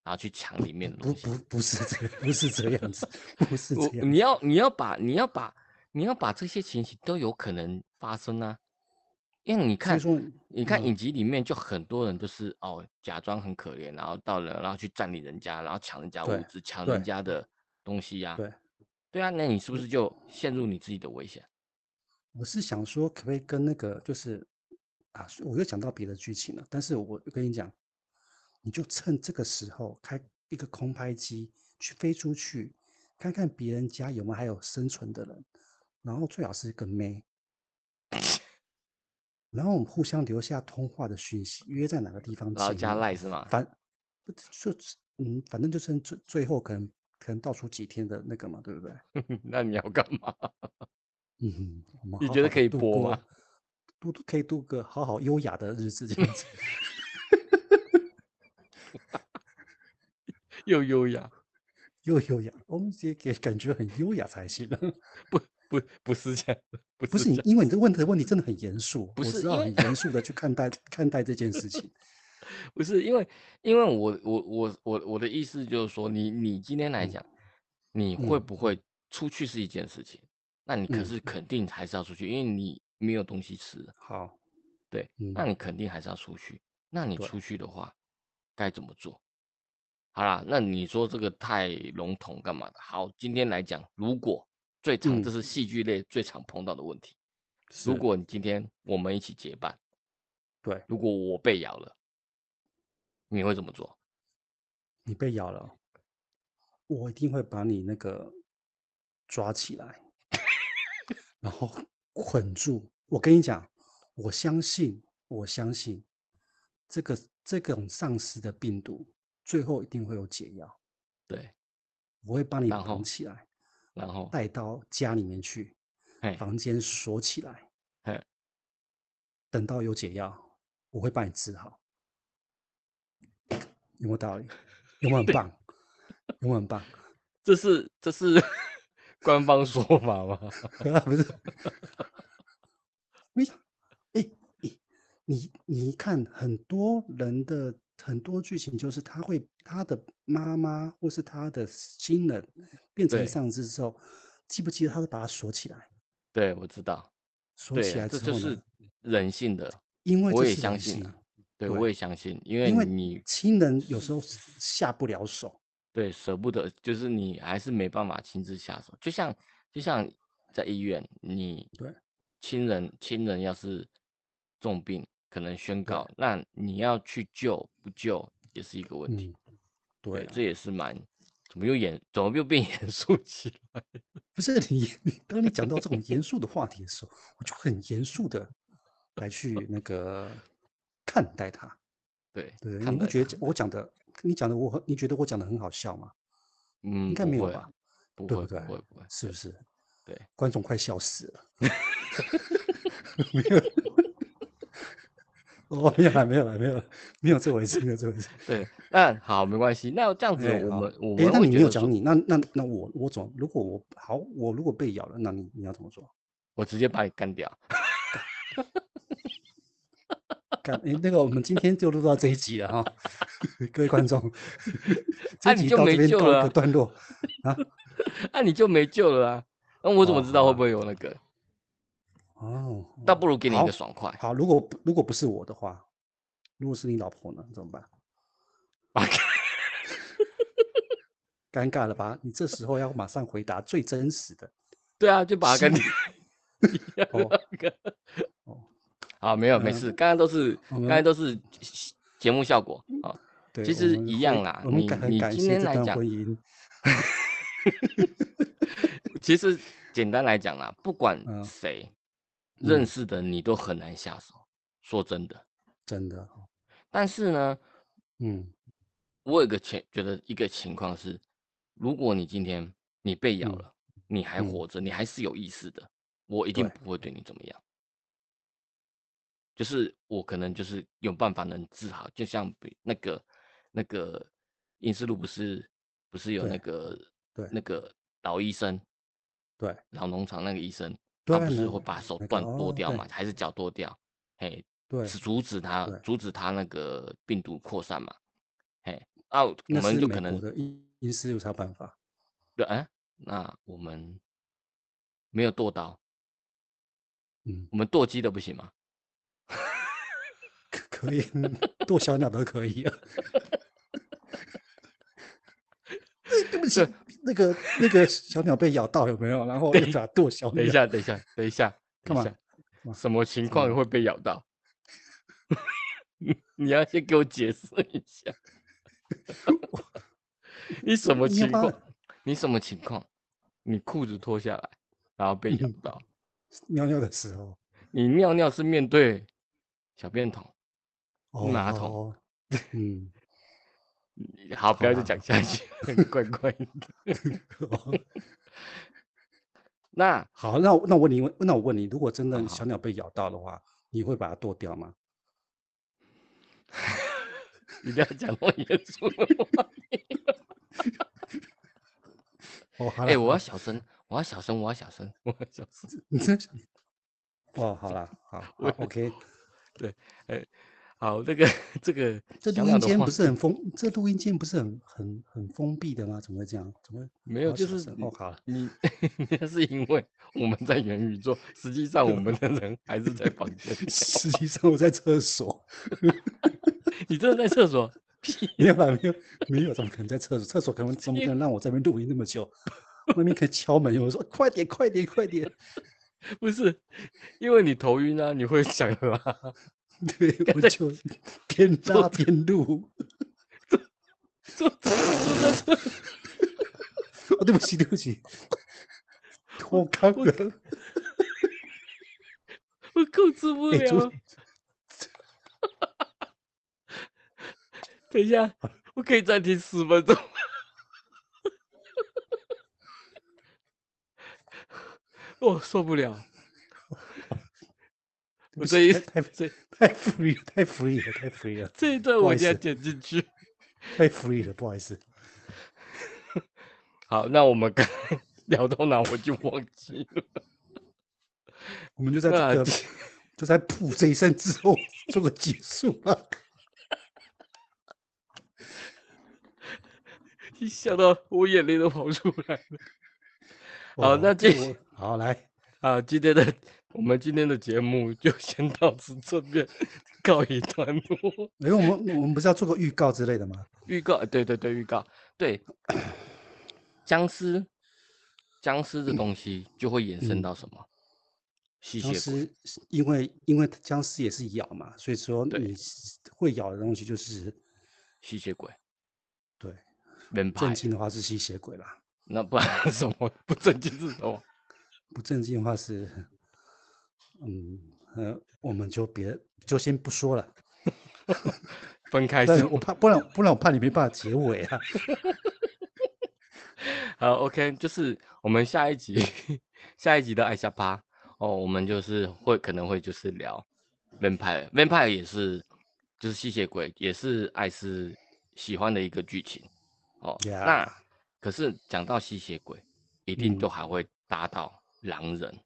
[SPEAKER 1] 然后去抢里面的
[SPEAKER 2] 不
[SPEAKER 1] 东西。
[SPEAKER 2] 不不是这 不是这样子，不是这
[SPEAKER 1] 我
[SPEAKER 2] 样
[SPEAKER 1] 你
[SPEAKER 2] 子。
[SPEAKER 1] 要你要把你要把你要把这些情形都有可能发生啊，因为你
[SPEAKER 2] 所以
[SPEAKER 1] 看
[SPEAKER 2] 说，
[SPEAKER 1] 你看影
[SPEAKER 2] 嗯
[SPEAKER 1] 集里面就很多人就是哦假装很可怜，然后到了然后去占领人家，然后抢人家物
[SPEAKER 2] 对
[SPEAKER 1] 资，抢人
[SPEAKER 2] 对
[SPEAKER 1] 家的东西呀、
[SPEAKER 2] 对，
[SPEAKER 1] 对啊，那你是不是就陷入你自己的危险？
[SPEAKER 2] 我是想说，可不可以跟那个就是啊，我又讲到别的剧情了。但是我跟你讲，你就趁这个时候开一个空拍机去飞出去，看看别人家有没有还有生存的人，然后最好是一个妹，然后我们互相留下通话的讯息，约在哪个地方
[SPEAKER 1] 然后
[SPEAKER 2] 见
[SPEAKER 1] 加
[SPEAKER 2] 面。
[SPEAKER 1] 赖是吗？
[SPEAKER 2] 反不就是嗯，反正就是最最后可能可能倒数几天的那个嘛，对不对？
[SPEAKER 1] 那你要干嘛？
[SPEAKER 2] 嗯哼，我们
[SPEAKER 1] 你
[SPEAKER 2] 好
[SPEAKER 1] 觉得
[SPEAKER 2] 好地
[SPEAKER 1] 可以
[SPEAKER 2] 度
[SPEAKER 1] 播
[SPEAKER 2] 过
[SPEAKER 1] 吗？
[SPEAKER 2] 度可以度个好好优雅的日子这样 子。
[SPEAKER 1] 又优雅，
[SPEAKER 2] 又优雅，我们也给感觉很优雅 才行啊。
[SPEAKER 1] 不不不是这样的，不
[SPEAKER 2] 不
[SPEAKER 1] 是这
[SPEAKER 2] 是你
[SPEAKER 1] 样，，
[SPEAKER 2] 因为你这问的问题真的很严肃，
[SPEAKER 1] 不
[SPEAKER 2] 我
[SPEAKER 1] 是
[SPEAKER 2] 知道
[SPEAKER 1] 因为
[SPEAKER 2] 很严肃的去看待看待这件事 情。
[SPEAKER 1] 不是因为，因为我我我我我的意思就是说，你你今天来
[SPEAKER 2] 嗯
[SPEAKER 1] 讲，你会
[SPEAKER 2] 嗯
[SPEAKER 1] 不会出去是一件事情，那你可
[SPEAKER 2] 嗯
[SPEAKER 1] 是肯定还是要出去，因为你没有东西吃，
[SPEAKER 2] 好，
[SPEAKER 1] 对，那
[SPEAKER 2] 嗯，
[SPEAKER 1] 你肯定还是要出去。那你
[SPEAKER 2] 对
[SPEAKER 1] 出去的话，该怎么做？好啦，那你说这个太笼统干嘛的？好，今天来讲，如果最常这
[SPEAKER 2] 嗯
[SPEAKER 1] 是戏剧类最常碰到的问题，如
[SPEAKER 2] 是
[SPEAKER 1] 果你今天我们一起结伴，
[SPEAKER 2] 对，
[SPEAKER 1] 如果我被咬了，你会怎么做？
[SPEAKER 2] 你被咬了，我一定会把你那个抓起来，然后捆住。我跟你讲，我相信，我相信这个这种丧尸的病毒最后一定会有解药，
[SPEAKER 1] 对，
[SPEAKER 2] 我会把你
[SPEAKER 1] 然
[SPEAKER 2] 绑
[SPEAKER 1] 后
[SPEAKER 2] 起来。
[SPEAKER 1] 然后，
[SPEAKER 2] 带到家里面去，
[SPEAKER 1] 嘿，
[SPEAKER 2] 房间锁起来，
[SPEAKER 1] 嘿，
[SPEAKER 2] 等到有解药，我会帮你治好。有没有道理？有没有很棒？有没有很棒？
[SPEAKER 1] 这是这是 官方说法吗？
[SPEAKER 2] 啊不是，没想，哎、哎你你看，很多人的很多剧情就是他会他的妈妈或是他的亲人变成
[SPEAKER 1] 对
[SPEAKER 2] 丧尸之后，记不记得他会把他锁起来？
[SPEAKER 1] 对，我知道，
[SPEAKER 2] 锁
[SPEAKER 1] 对啊
[SPEAKER 2] 起来，
[SPEAKER 1] 这
[SPEAKER 2] 之
[SPEAKER 1] 就
[SPEAKER 2] 后呢
[SPEAKER 1] 是？人性的，
[SPEAKER 2] 因为
[SPEAKER 1] 我
[SPEAKER 2] 这
[SPEAKER 1] 也
[SPEAKER 2] 是
[SPEAKER 1] 相
[SPEAKER 2] 人
[SPEAKER 1] 信
[SPEAKER 2] 性
[SPEAKER 1] 啊对
[SPEAKER 2] 对
[SPEAKER 1] 我也相信，因
[SPEAKER 2] 因为
[SPEAKER 1] 你
[SPEAKER 2] 亲人有时候下不了手，
[SPEAKER 1] 对，舍不得，就是你还是没办法亲自下手。就像就像在医院，你
[SPEAKER 2] 对
[SPEAKER 1] 亲人亲人要是重病，可能宣
[SPEAKER 2] 对
[SPEAKER 1] 告，那你要去救不救也是一个问题。
[SPEAKER 2] 嗯，对啊
[SPEAKER 1] 这也是蛮怎么又严，怎么又变 严肃起来？
[SPEAKER 2] 不是你， 你当你讲到这种严肃的话题的时候，我就很严肃的来去那个看待它。
[SPEAKER 1] 对，
[SPEAKER 2] 对，
[SPEAKER 1] 看
[SPEAKER 2] 你不
[SPEAKER 1] 待
[SPEAKER 2] 觉
[SPEAKER 1] 它
[SPEAKER 2] 得我讲的，你讲的我很，你觉得我讲的很好笑吗？
[SPEAKER 1] 嗯，
[SPEAKER 2] 应该
[SPEAKER 1] 不
[SPEAKER 2] 没有
[SPEAKER 1] 会
[SPEAKER 2] 吧？
[SPEAKER 1] 不
[SPEAKER 2] 对
[SPEAKER 1] 会，
[SPEAKER 2] 不对
[SPEAKER 1] 不会，不会，
[SPEAKER 2] 是不是？
[SPEAKER 1] 对，
[SPEAKER 2] 观众快笑死 了。没有，哦，没有啦，没有啦，没有啦，没有这回事，没有这回事。
[SPEAKER 1] 对。那好，没关系。那这样子，
[SPEAKER 2] 哎
[SPEAKER 1] 我
[SPEAKER 2] 好
[SPEAKER 1] 们我
[SPEAKER 2] 哎、
[SPEAKER 1] 们
[SPEAKER 2] 那
[SPEAKER 1] 会
[SPEAKER 2] 你没
[SPEAKER 1] 觉
[SPEAKER 2] 有
[SPEAKER 1] 得说
[SPEAKER 2] 讲，你，那那那我我怎么？如果我好，我如果被咬了，那你你要怎么做？
[SPEAKER 1] 我直接把你干掉。
[SPEAKER 2] 干，哎、那个我们今天就录到这一集了哈，各位观 众，这
[SPEAKER 1] 啊
[SPEAKER 2] 一
[SPEAKER 1] 你
[SPEAKER 2] 集
[SPEAKER 1] 就
[SPEAKER 2] 到
[SPEAKER 1] 没
[SPEAKER 2] 这边
[SPEAKER 1] 救
[SPEAKER 2] 告
[SPEAKER 1] 了
[SPEAKER 2] 一
[SPEAKER 1] 啊
[SPEAKER 2] 个段落啊。
[SPEAKER 1] 那、你就没救了啊！那、我怎么
[SPEAKER 2] 哦
[SPEAKER 1] 知
[SPEAKER 2] 好
[SPEAKER 1] 道会
[SPEAKER 2] 吧
[SPEAKER 1] 不会有那个？
[SPEAKER 2] 哦，
[SPEAKER 1] 倒不如给你一
[SPEAKER 2] 好
[SPEAKER 1] 个爽快，
[SPEAKER 2] 好，如果不如果不是我的话，如果是你老婆呢，怎么办？
[SPEAKER 1] 把
[SPEAKER 2] 尴尬了吧？你这时候要马上回答最真实的。
[SPEAKER 1] 对啊，就把它跟你
[SPEAKER 2] 心
[SPEAKER 1] 一样
[SPEAKER 2] 哦
[SPEAKER 1] 的那个
[SPEAKER 2] 哦，
[SPEAKER 1] 啊，没有没
[SPEAKER 2] 嗯
[SPEAKER 1] 事，刚刚都是
[SPEAKER 2] 我
[SPEAKER 1] 刚才
[SPEAKER 2] 们
[SPEAKER 1] 都是节目效果
[SPEAKER 2] 嗯
[SPEAKER 1] 啊。
[SPEAKER 2] 对，
[SPEAKER 1] 其
[SPEAKER 2] 我
[SPEAKER 1] 实
[SPEAKER 2] 们
[SPEAKER 1] 一样
[SPEAKER 2] 会
[SPEAKER 1] 啦
[SPEAKER 2] 我们
[SPEAKER 1] 你
[SPEAKER 2] 感很
[SPEAKER 1] 你
[SPEAKER 2] 感
[SPEAKER 1] 今
[SPEAKER 2] 谢
[SPEAKER 1] 天
[SPEAKER 2] 这
[SPEAKER 1] 来
[SPEAKER 2] 段
[SPEAKER 1] 讲
[SPEAKER 2] 婚姻。
[SPEAKER 1] 其实简单来讲啦，不管
[SPEAKER 2] 嗯
[SPEAKER 1] 谁认
[SPEAKER 2] 嗯，
[SPEAKER 1] 识的你都很难下手，说真的。
[SPEAKER 2] 真的，
[SPEAKER 1] 但是呢，
[SPEAKER 2] 嗯
[SPEAKER 1] 我有个情觉得一个情况是，如果你今天你被咬
[SPEAKER 2] 嗯
[SPEAKER 1] 了，你还
[SPEAKER 2] 嗯，
[SPEAKER 1] 活着，你还是有意识的，我一定
[SPEAKER 2] 对，
[SPEAKER 1] 不会对你怎么样。就是我可能就是有办法能治好，就像比那个那个英斯路不是不是有那
[SPEAKER 2] 对
[SPEAKER 1] 个
[SPEAKER 2] 对
[SPEAKER 1] 那个老医生，
[SPEAKER 2] 对
[SPEAKER 1] 老农场那个医生，他
[SPEAKER 2] 对，
[SPEAKER 1] 不
[SPEAKER 2] 那
[SPEAKER 1] 是
[SPEAKER 2] 个
[SPEAKER 1] 会把手
[SPEAKER 2] 那个
[SPEAKER 1] 断剁
[SPEAKER 2] 哦，
[SPEAKER 1] 掉
[SPEAKER 2] 对
[SPEAKER 1] 嘛，还是脚剁掉？嘿，
[SPEAKER 2] 对
[SPEAKER 1] 是阻止他
[SPEAKER 2] 对，
[SPEAKER 1] 阻止他那个病毒扩散嘛？嘿，啊，我
[SPEAKER 2] 那
[SPEAKER 1] 们
[SPEAKER 2] 是
[SPEAKER 1] 就
[SPEAKER 2] 美
[SPEAKER 1] 可
[SPEAKER 2] 国
[SPEAKER 1] 能
[SPEAKER 2] 的医医师有啥办法？
[SPEAKER 1] 对，哎、那我们没有剁刀，
[SPEAKER 2] 嗯，
[SPEAKER 1] 我们剁鸡的不行吗？
[SPEAKER 2] 可可以剁小鸟都可以啊。 对不
[SPEAKER 1] 这
[SPEAKER 2] 起，那个那个小鸟被咬到有没有？然后
[SPEAKER 1] 对
[SPEAKER 2] 又把它剁小
[SPEAKER 1] 等一
[SPEAKER 2] 鸟，
[SPEAKER 1] 下，等一下，等一下， 等
[SPEAKER 2] 干
[SPEAKER 1] 一
[SPEAKER 2] 嘛？
[SPEAKER 1] 下，
[SPEAKER 2] 干嘛
[SPEAKER 1] 什么情
[SPEAKER 2] 怎么
[SPEAKER 1] 况
[SPEAKER 2] 了？
[SPEAKER 1] 会被咬到？ 你要先给我解释一 下，你什么
[SPEAKER 2] 你要
[SPEAKER 1] 情
[SPEAKER 2] 把
[SPEAKER 1] 况？你什么情况？你裤子脱下来，然后被咬
[SPEAKER 2] 嗯
[SPEAKER 1] 到，
[SPEAKER 2] 尿尿的时候，
[SPEAKER 1] 你尿尿是面对小便桶、
[SPEAKER 2] 哦
[SPEAKER 1] 马桶。
[SPEAKER 2] 哦，嗯，
[SPEAKER 1] 你好，不
[SPEAKER 2] 好
[SPEAKER 1] 要再
[SPEAKER 2] 啦，
[SPEAKER 1] 讲下去，很怪怪的。
[SPEAKER 2] 哦
[SPEAKER 1] 那
[SPEAKER 2] 好，那我那我问你问，那我问你，如果真
[SPEAKER 1] 啊
[SPEAKER 2] 的小
[SPEAKER 1] 好，
[SPEAKER 2] 鸟被咬到的话，你会把它剁掉吗？
[SPEAKER 1] 一定要讲那么严肃的话。
[SPEAKER 2] 哦，好
[SPEAKER 1] 哎、
[SPEAKER 2] 了
[SPEAKER 1] 我要
[SPEAKER 2] 好了，
[SPEAKER 1] 小声，我要小声，我要小声，我要小声。
[SPEAKER 2] 你真是 哦，好了，好好
[SPEAKER 1] 我
[SPEAKER 2] ，OK，
[SPEAKER 1] 对，哎、好，这个这个
[SPEAKER 2] 这
[SPEAKER 1] 小
[SPEAKER 2] 录
[SPEAKER 1] 鸟
[SPEAKER 2] 音
[SPEAKER 1] 的
[SPEAKER 2] 间不
[SPEAKER 1] 话
[SPEAKER 2] 是很封，这录音间不是很很很封闭的吗？怎么会这样？怎么会？
[SPEAKER 1] 没
[SPEAKER 2] 我
[SPEAKER 1] 有，
[SPEAKER 2] 要
[SPEAKER 1] 就
[SPEAKER 2] 小
[SPEAKER 1] 是嗯
[SPEAKER 2] 声哦，
[SPEAKER 1] 你
[SPEAKER 2] 好了，
[SPEAKER 1] 你 那是因为我们在元宇宙，实际上我们的人还是在房间里。
[SPEAKER 2] 实际上我在厕所，
[SPEAKER 1] 你真的在厕所？
[SPEAKER 2] 没有啦，没有没有，怎么可能在厕所？厕所可能怎么可
[SPEAKER 1] 屁
[SPEAKER 2] 能让我在那边录音那么久？外面可以敲门，我说快点，快点，快点，
[SPEAKER 1] 不是，因为你头晕啊，你会想拉。
[SPEAKER 2] 对，
[SPEAKER 1] 刚
[SPEAKER 2] 我
[SPEAKER 1] 才
[SPEAKER 2] 就边
[SPEAKER 1] 坐
[SPEAKER 2] 拉边录。
[SPEAKER 1] 坐坐在厕所，
[SPEAKER 2] 哦，对不起，对不起，脱肛
[SPEAKER 1] 我
[SPEAKER 2] 了。
[SPEAKER 1] 我控制不
[SPEAKER 2] 哎、
[SPEAKER 1] 了
[SPEAKER 2] 主
[SPEAKER 1] 啊。 等一下，我可以暂停十分钟。 我受不了，
[SPEAKER 2] 对
[SPEAKER 1] 我
[SPEAKER 2] 不
[SPEAKER 1] 这
[SPEAKER 2] 起，
[SPEAKER 1] 一
[SPEAKER 2] 太太
[SPEAKER 1] 这
[SPEAKER 2] 太 free 了，太 free 了，太 free 了，
[SPEAKER 1] 这一段
[SPEAKER 2] 不
[SPEAKER 1] 我
[SPEAKER 2] 好
[SPEAKER 1] 一
[SPEAKER 2] 意
[SPEAKER 1] 定要
[SPEAKER 2] 思，
[SPEAKER 1] 剪进去。
[SPEAKER 2] 太 free 了，不好意思。
[SPEAKER 1] 好，那我们刚 聊到哪我就忘记了。
[SPEAKER 2] 我们就在
[SPEAKER 1] 那
[SPEAKER 2] 这个
[SPEAKER 1] 这
[SPEAKER 2] 就在噗这一声之后 做个结束了。
[SPEAKER 1] 一想到我眼泪都跑出来了。 好
[SPEAKER 2] 哇
[SPEAKER 1] 那这
[SPEAKER 2] 哦我好来，
[SPEAKER 1] 啊，今天的 我们今天的节目就先到此这边 告一段落。
[SPEAKER 2] 因为我们我们不是要做个预告之类的吗？
[SPEAKER 1] 预告，对对对，预告，对，僵尸，僵尸的东西就会延伸
[SPEAKER 2] 嗯
[SPEAKER 1] 到什么？吸
[SPEAKER 2] 僵
[SPEAKER 1] 血鬼。
[SPEAKER 2] 尸是因为因为僵尸也是咬嘛，所以说
[SPEAKER 1] 对
[SPEAKER 2] 你是会咬的东西就是
[SPEAKER 1] 吸血鬼
[SPEAKER 2] 对正
[SPEAKER 1] vampire，
[SPEAKER 2] 经的话是吸血鬼啦，
[SPEAKER 1] 那不然 什么不正经是什么？
[SPEAKER 2] 不正经的话是，嗯呃，我们就别就先不说了，
[SPEAKER 1] 分开
[SPEAKER 2] 不
[SPEAKER 1] 是
[SPEAKER 2] 然我怕不然不然我怕你没办法结尾啊。
[SPEAKER 1] 好，OK，就是我们下一集下一集的爱下趴哦，我们就是会可能会就是聊 vampire，vampire 也是就是吸血鬼，也是爱斯喜欢的一个剧情哦。
[SPEAKER 2] Yeah
[SPEAKER 1] 那可是讲到吸血鬼，一定
[SPEAKER 2] 嗯
[SPEAKER 1] 都还会搭到狼人，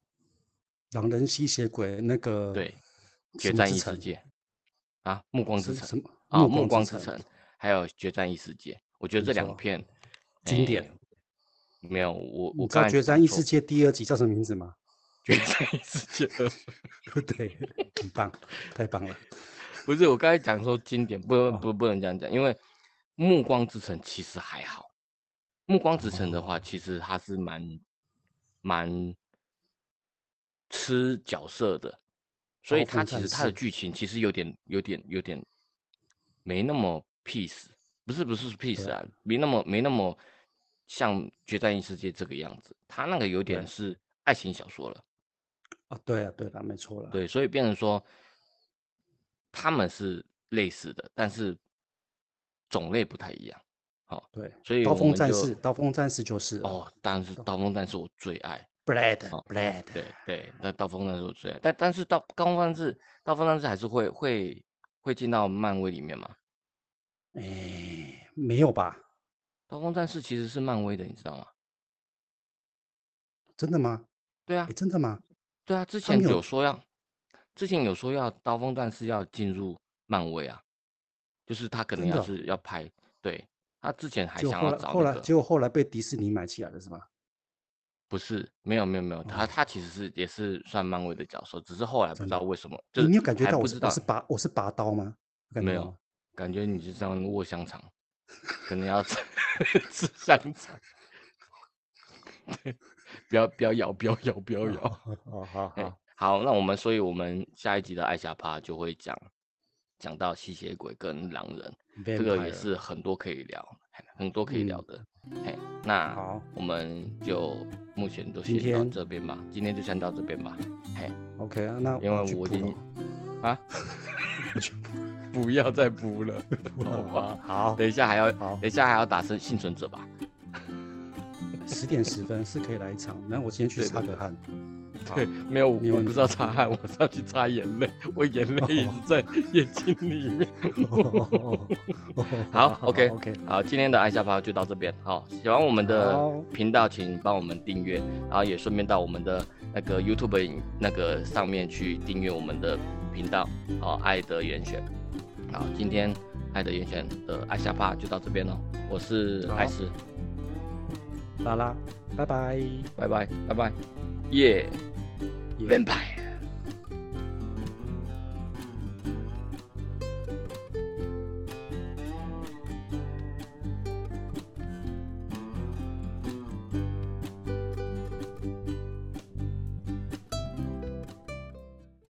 [SPEAKER 2] 狼人吸血鬼那个
[SPEAKER 1] 对，
[SPEAKER 2] 什
[SPEAKER 1] 决
[SPEAKER 2] 么
[SPEAKER 1] 战
[SPEAKER 2] 之
[SPEAKER 1] 异世
[SPEAKER 2] 城
[SPEAKER 1] 界啊，暮光之
[SPEAKER 2] 是
[SPEAKER 1] 城
[SPEAKER 2] 什么
[SPEAKER 1] 啊，暮光之
[SPEAKER 2] 之
[SPEAKER 1] 城，还有决战异世界，我觉得这
[SPEAKER 2] 没
[SPEAKER 1] 两
[SPEAKER 2] 错
[SPEAKER 1] 片
[SPEAKER 2] 经
[SPEAKER 1] 哎
[SPEAKER 2] 典。
[SPEAKER 1] 没有我我
[SPEAKER 2] 你知道
[SPEAKER 1] 刚才
[SPEAKER 2] 《决
[SPEAKER 1] 讲
[SPEAKER 2] 战异
[SPEAKER 1] 错
[SPEAKER 2] 世界》第二集叫什么名字吗？
[SPEAKER 1] 决战异世界 二。
[SPEAKER 2] 对，很棒，太棒了。
[SPEAKER 1] 不是，我刚才讲说经典，不
[SPEAKER 2] 哦
[SPEAKER 1] 不不能这样讲，因为《暮光之城》其实还好，《暮光之城》
[SPEAKER 2] 哦
[SPEAKER 1] 的话，其实它是蛮蛮吃角色的，所以
[SPEAKER 2] 刀
[SPEAKER 1] 它
[SPEAKER 2] 锋
[SPEAKER 1] 其
[SPEAKER 2] 战
[SPEAKER 1] 实它的
[SPEAKER 2] 士
[SPEAKER 1] 剧情其实有点有点有点没那么 peace，不是不是 peace 啊，没那么没那么像《决战异世界》这个样子，它那个有点
[SPEAKER 2] 对
[SPEAKER 1] 是爱情小说了。
[SPEAKER 2] 啊，对啊，对啦，没错啦。
[SPEAKER 1] 对，所以变成说他们是类似的，但是种类不太一样。
[SPEAKER 2] 对，
[SPEAKER 1] 所以
[SPEAKER 2] 刀
[SPEAKER 1] 我
[SPEAKER 2] 锋
[SPEAKER 1] 们
[SPEAKER 2] 战
[SPEAKER 1] 就
[SPEAKER 2] 士，刀锋战士就是了
[SPEAKER 1] 哦，当然是刀锋战是我最爱。
[SPEAKER 2] ，Blade
[SPEAKER 1] 哦
[SPEAKER 2] Blade，
[SPEAKER 1] 对对，那刀锋战是我最爱，但但是刀刀锋战士刀锋战士还是会会会进到漫威里面嘛？
[SPEAKER 2] 哎，没有吧？
[SPEAKER 1] 刀锋战士其实是漫威的，你知道吗？
[SPEAKER 2] 真的吗？
[SPEAKER 1] 对啊
[SPEAKER 2] 哎，，真的吗？
[SPEAKER 1] 对啊，之
[SPEAKER 2] 他
[SPEAKER 1] 前
[SPEAKER 2] 没有
[SPEAKER 1] 有说要，之前有说要刀锋战士要进入漫威啊，就是他可能
[SPEAKER 2] 真
[SPEAKER 1] 要
[SPEAKER 2] 的哦
[SPEAKER 1] 是要拍，对他之前还
[SPEAKER 2] 结果
[SPEAKER 1] 想
[SPEAKER 2] 后
[SPEAKER 1] 要
[SPEAKER 2] 来
[SPEAKER 1] 找
[SPEAKER 2] 后
[SPEAKER 1] 那
[SPEAKER 2] 来
[SPEAKER 1] 个。
[SPEAKER 2] 结果后来被迪士尼买起来了是吧？
[SPEAKER 1] 不是，没有没有没有，他
[SPEAKER 2] 哦
[SPEAKER 1] 他其实是也是算漫威的角色，只是后来不
[SPEAKER 2] 真
[SPEAKER 1] 知
[SPEAKER 2] 的
[SPEAKER 1] 道为什么，就
[SPEAKER 2] 你
[SPEAKER 1] 是
[SPEAKER 2] 你有感觉
[SPEAKER 1] 还
[SPEAKER 2] 到
[SPEAKER 1] 不
[SPEAKER 2] 我
[SPEAKER 1] 知
[SPEAKER 2] 是
[SPEAKER 1] 道
[SPEAKER 2] 我是拔我是拔刀吗？感
[SPEAKER 1] 没
[SPEAKER 2] 觉到
[SPEAKER 1] 有
[SPEAKER 2] 吗
[SPEAKER 1] 感觉你就这 样握香肠，可能要吃 吃香肠， 对，不要不要咬，不要咬，不要咬。
[SPEAKER 2] 哦哦好
[SPEAKER 1] 哎
[SPEAKER 2] 好，
[SPEAKER 1] 好，那我们所以我们下一集的艾夏趴就会讲讲到吸血鬼跟狼人，这个也
[SPEAKER 2] Vampire
[SPEAKER 1] 是很多可以聊，很多可以
[SPEAKER 2] 嗯
[SPEAKER 1] 聊的。嘿，那
[SPEAKER 2] 好
[SPEAKER 1] 我们就目前就
[SPEAKER 2] 今
[SPEAKER 1] 先到
[SPEAKER 2] 天
[SPEAKER 1] 这边吧，今天就先到这边吧。嘿，
[SPEAKER 2] OK 啊，那
[SPEAKER 1] 因
[SPEAKER 2] 我
[SPEAKER 1] 为
[SPEAKER 2] 去
[SPEAKER 1] 我已
[SPEAKER 2] 补
[SPEAKER 1] 经
[SPEAKER 2] 了
[SPEAKER 1] 啊，
[SPEAKER 2] 我去补
[SPEAKER 1] 不要再补了，
[SPEAKER 2] 补
[SPEAKER 1] 好
[SPEAKER 2] 了
[SPEAKER 1] 吧？
[SPEAKER 2] 好，
[SPEAKER 1] 等一下还要，
[SPEAKER 2] 好
[SPEAKER 1] 等一下还要打生幸存者吧？
[SPEAKER 2] 十点十分是可以来一场，那我先去
[SPEAKER 1] 对
[SPEAKER 2] 擦
[SPEAKER 1] 对
[SPEAKER 2] 个汗。 好
[SPEAKER 1] 对，没有，我
[SPEAKER 2] 没
[SPEAKER 1] 我
[SPEAKER 2] 问
[SPEAKER 1] 不
[SPEAKER 2] 题
[SPEAKER 1] 知道擦汗，我是要去擦眼泪，我眼泪一直
[SPEAKER 2] 哦
[SPEAKER 1] 在眼睛里面。 好，OK
[SPEAKER 2] OK，
[SPEAKER 1] 好，今天的爱下趴就到这边。好，喜欢我们的
[SPEAKER 2] 好
[SPEAKER 1] 频道，请帮我们订阅，然后也顺便到我们的那个 YouTube 影那个上面去订阅我们的频道。好，爱的严选。好，今天爱的严选的爱下趴就到这边喽。我是艾
[SPEAKER 2] 好
[SPEAKER 1] 斯，
[SPEAKER 2] 拉拉，拜拜，
[SPEAKER 1] 拜拜，拜拜，耶、
[SPEAKER 2] 耶
[SPEAKER 1] v a m p i r e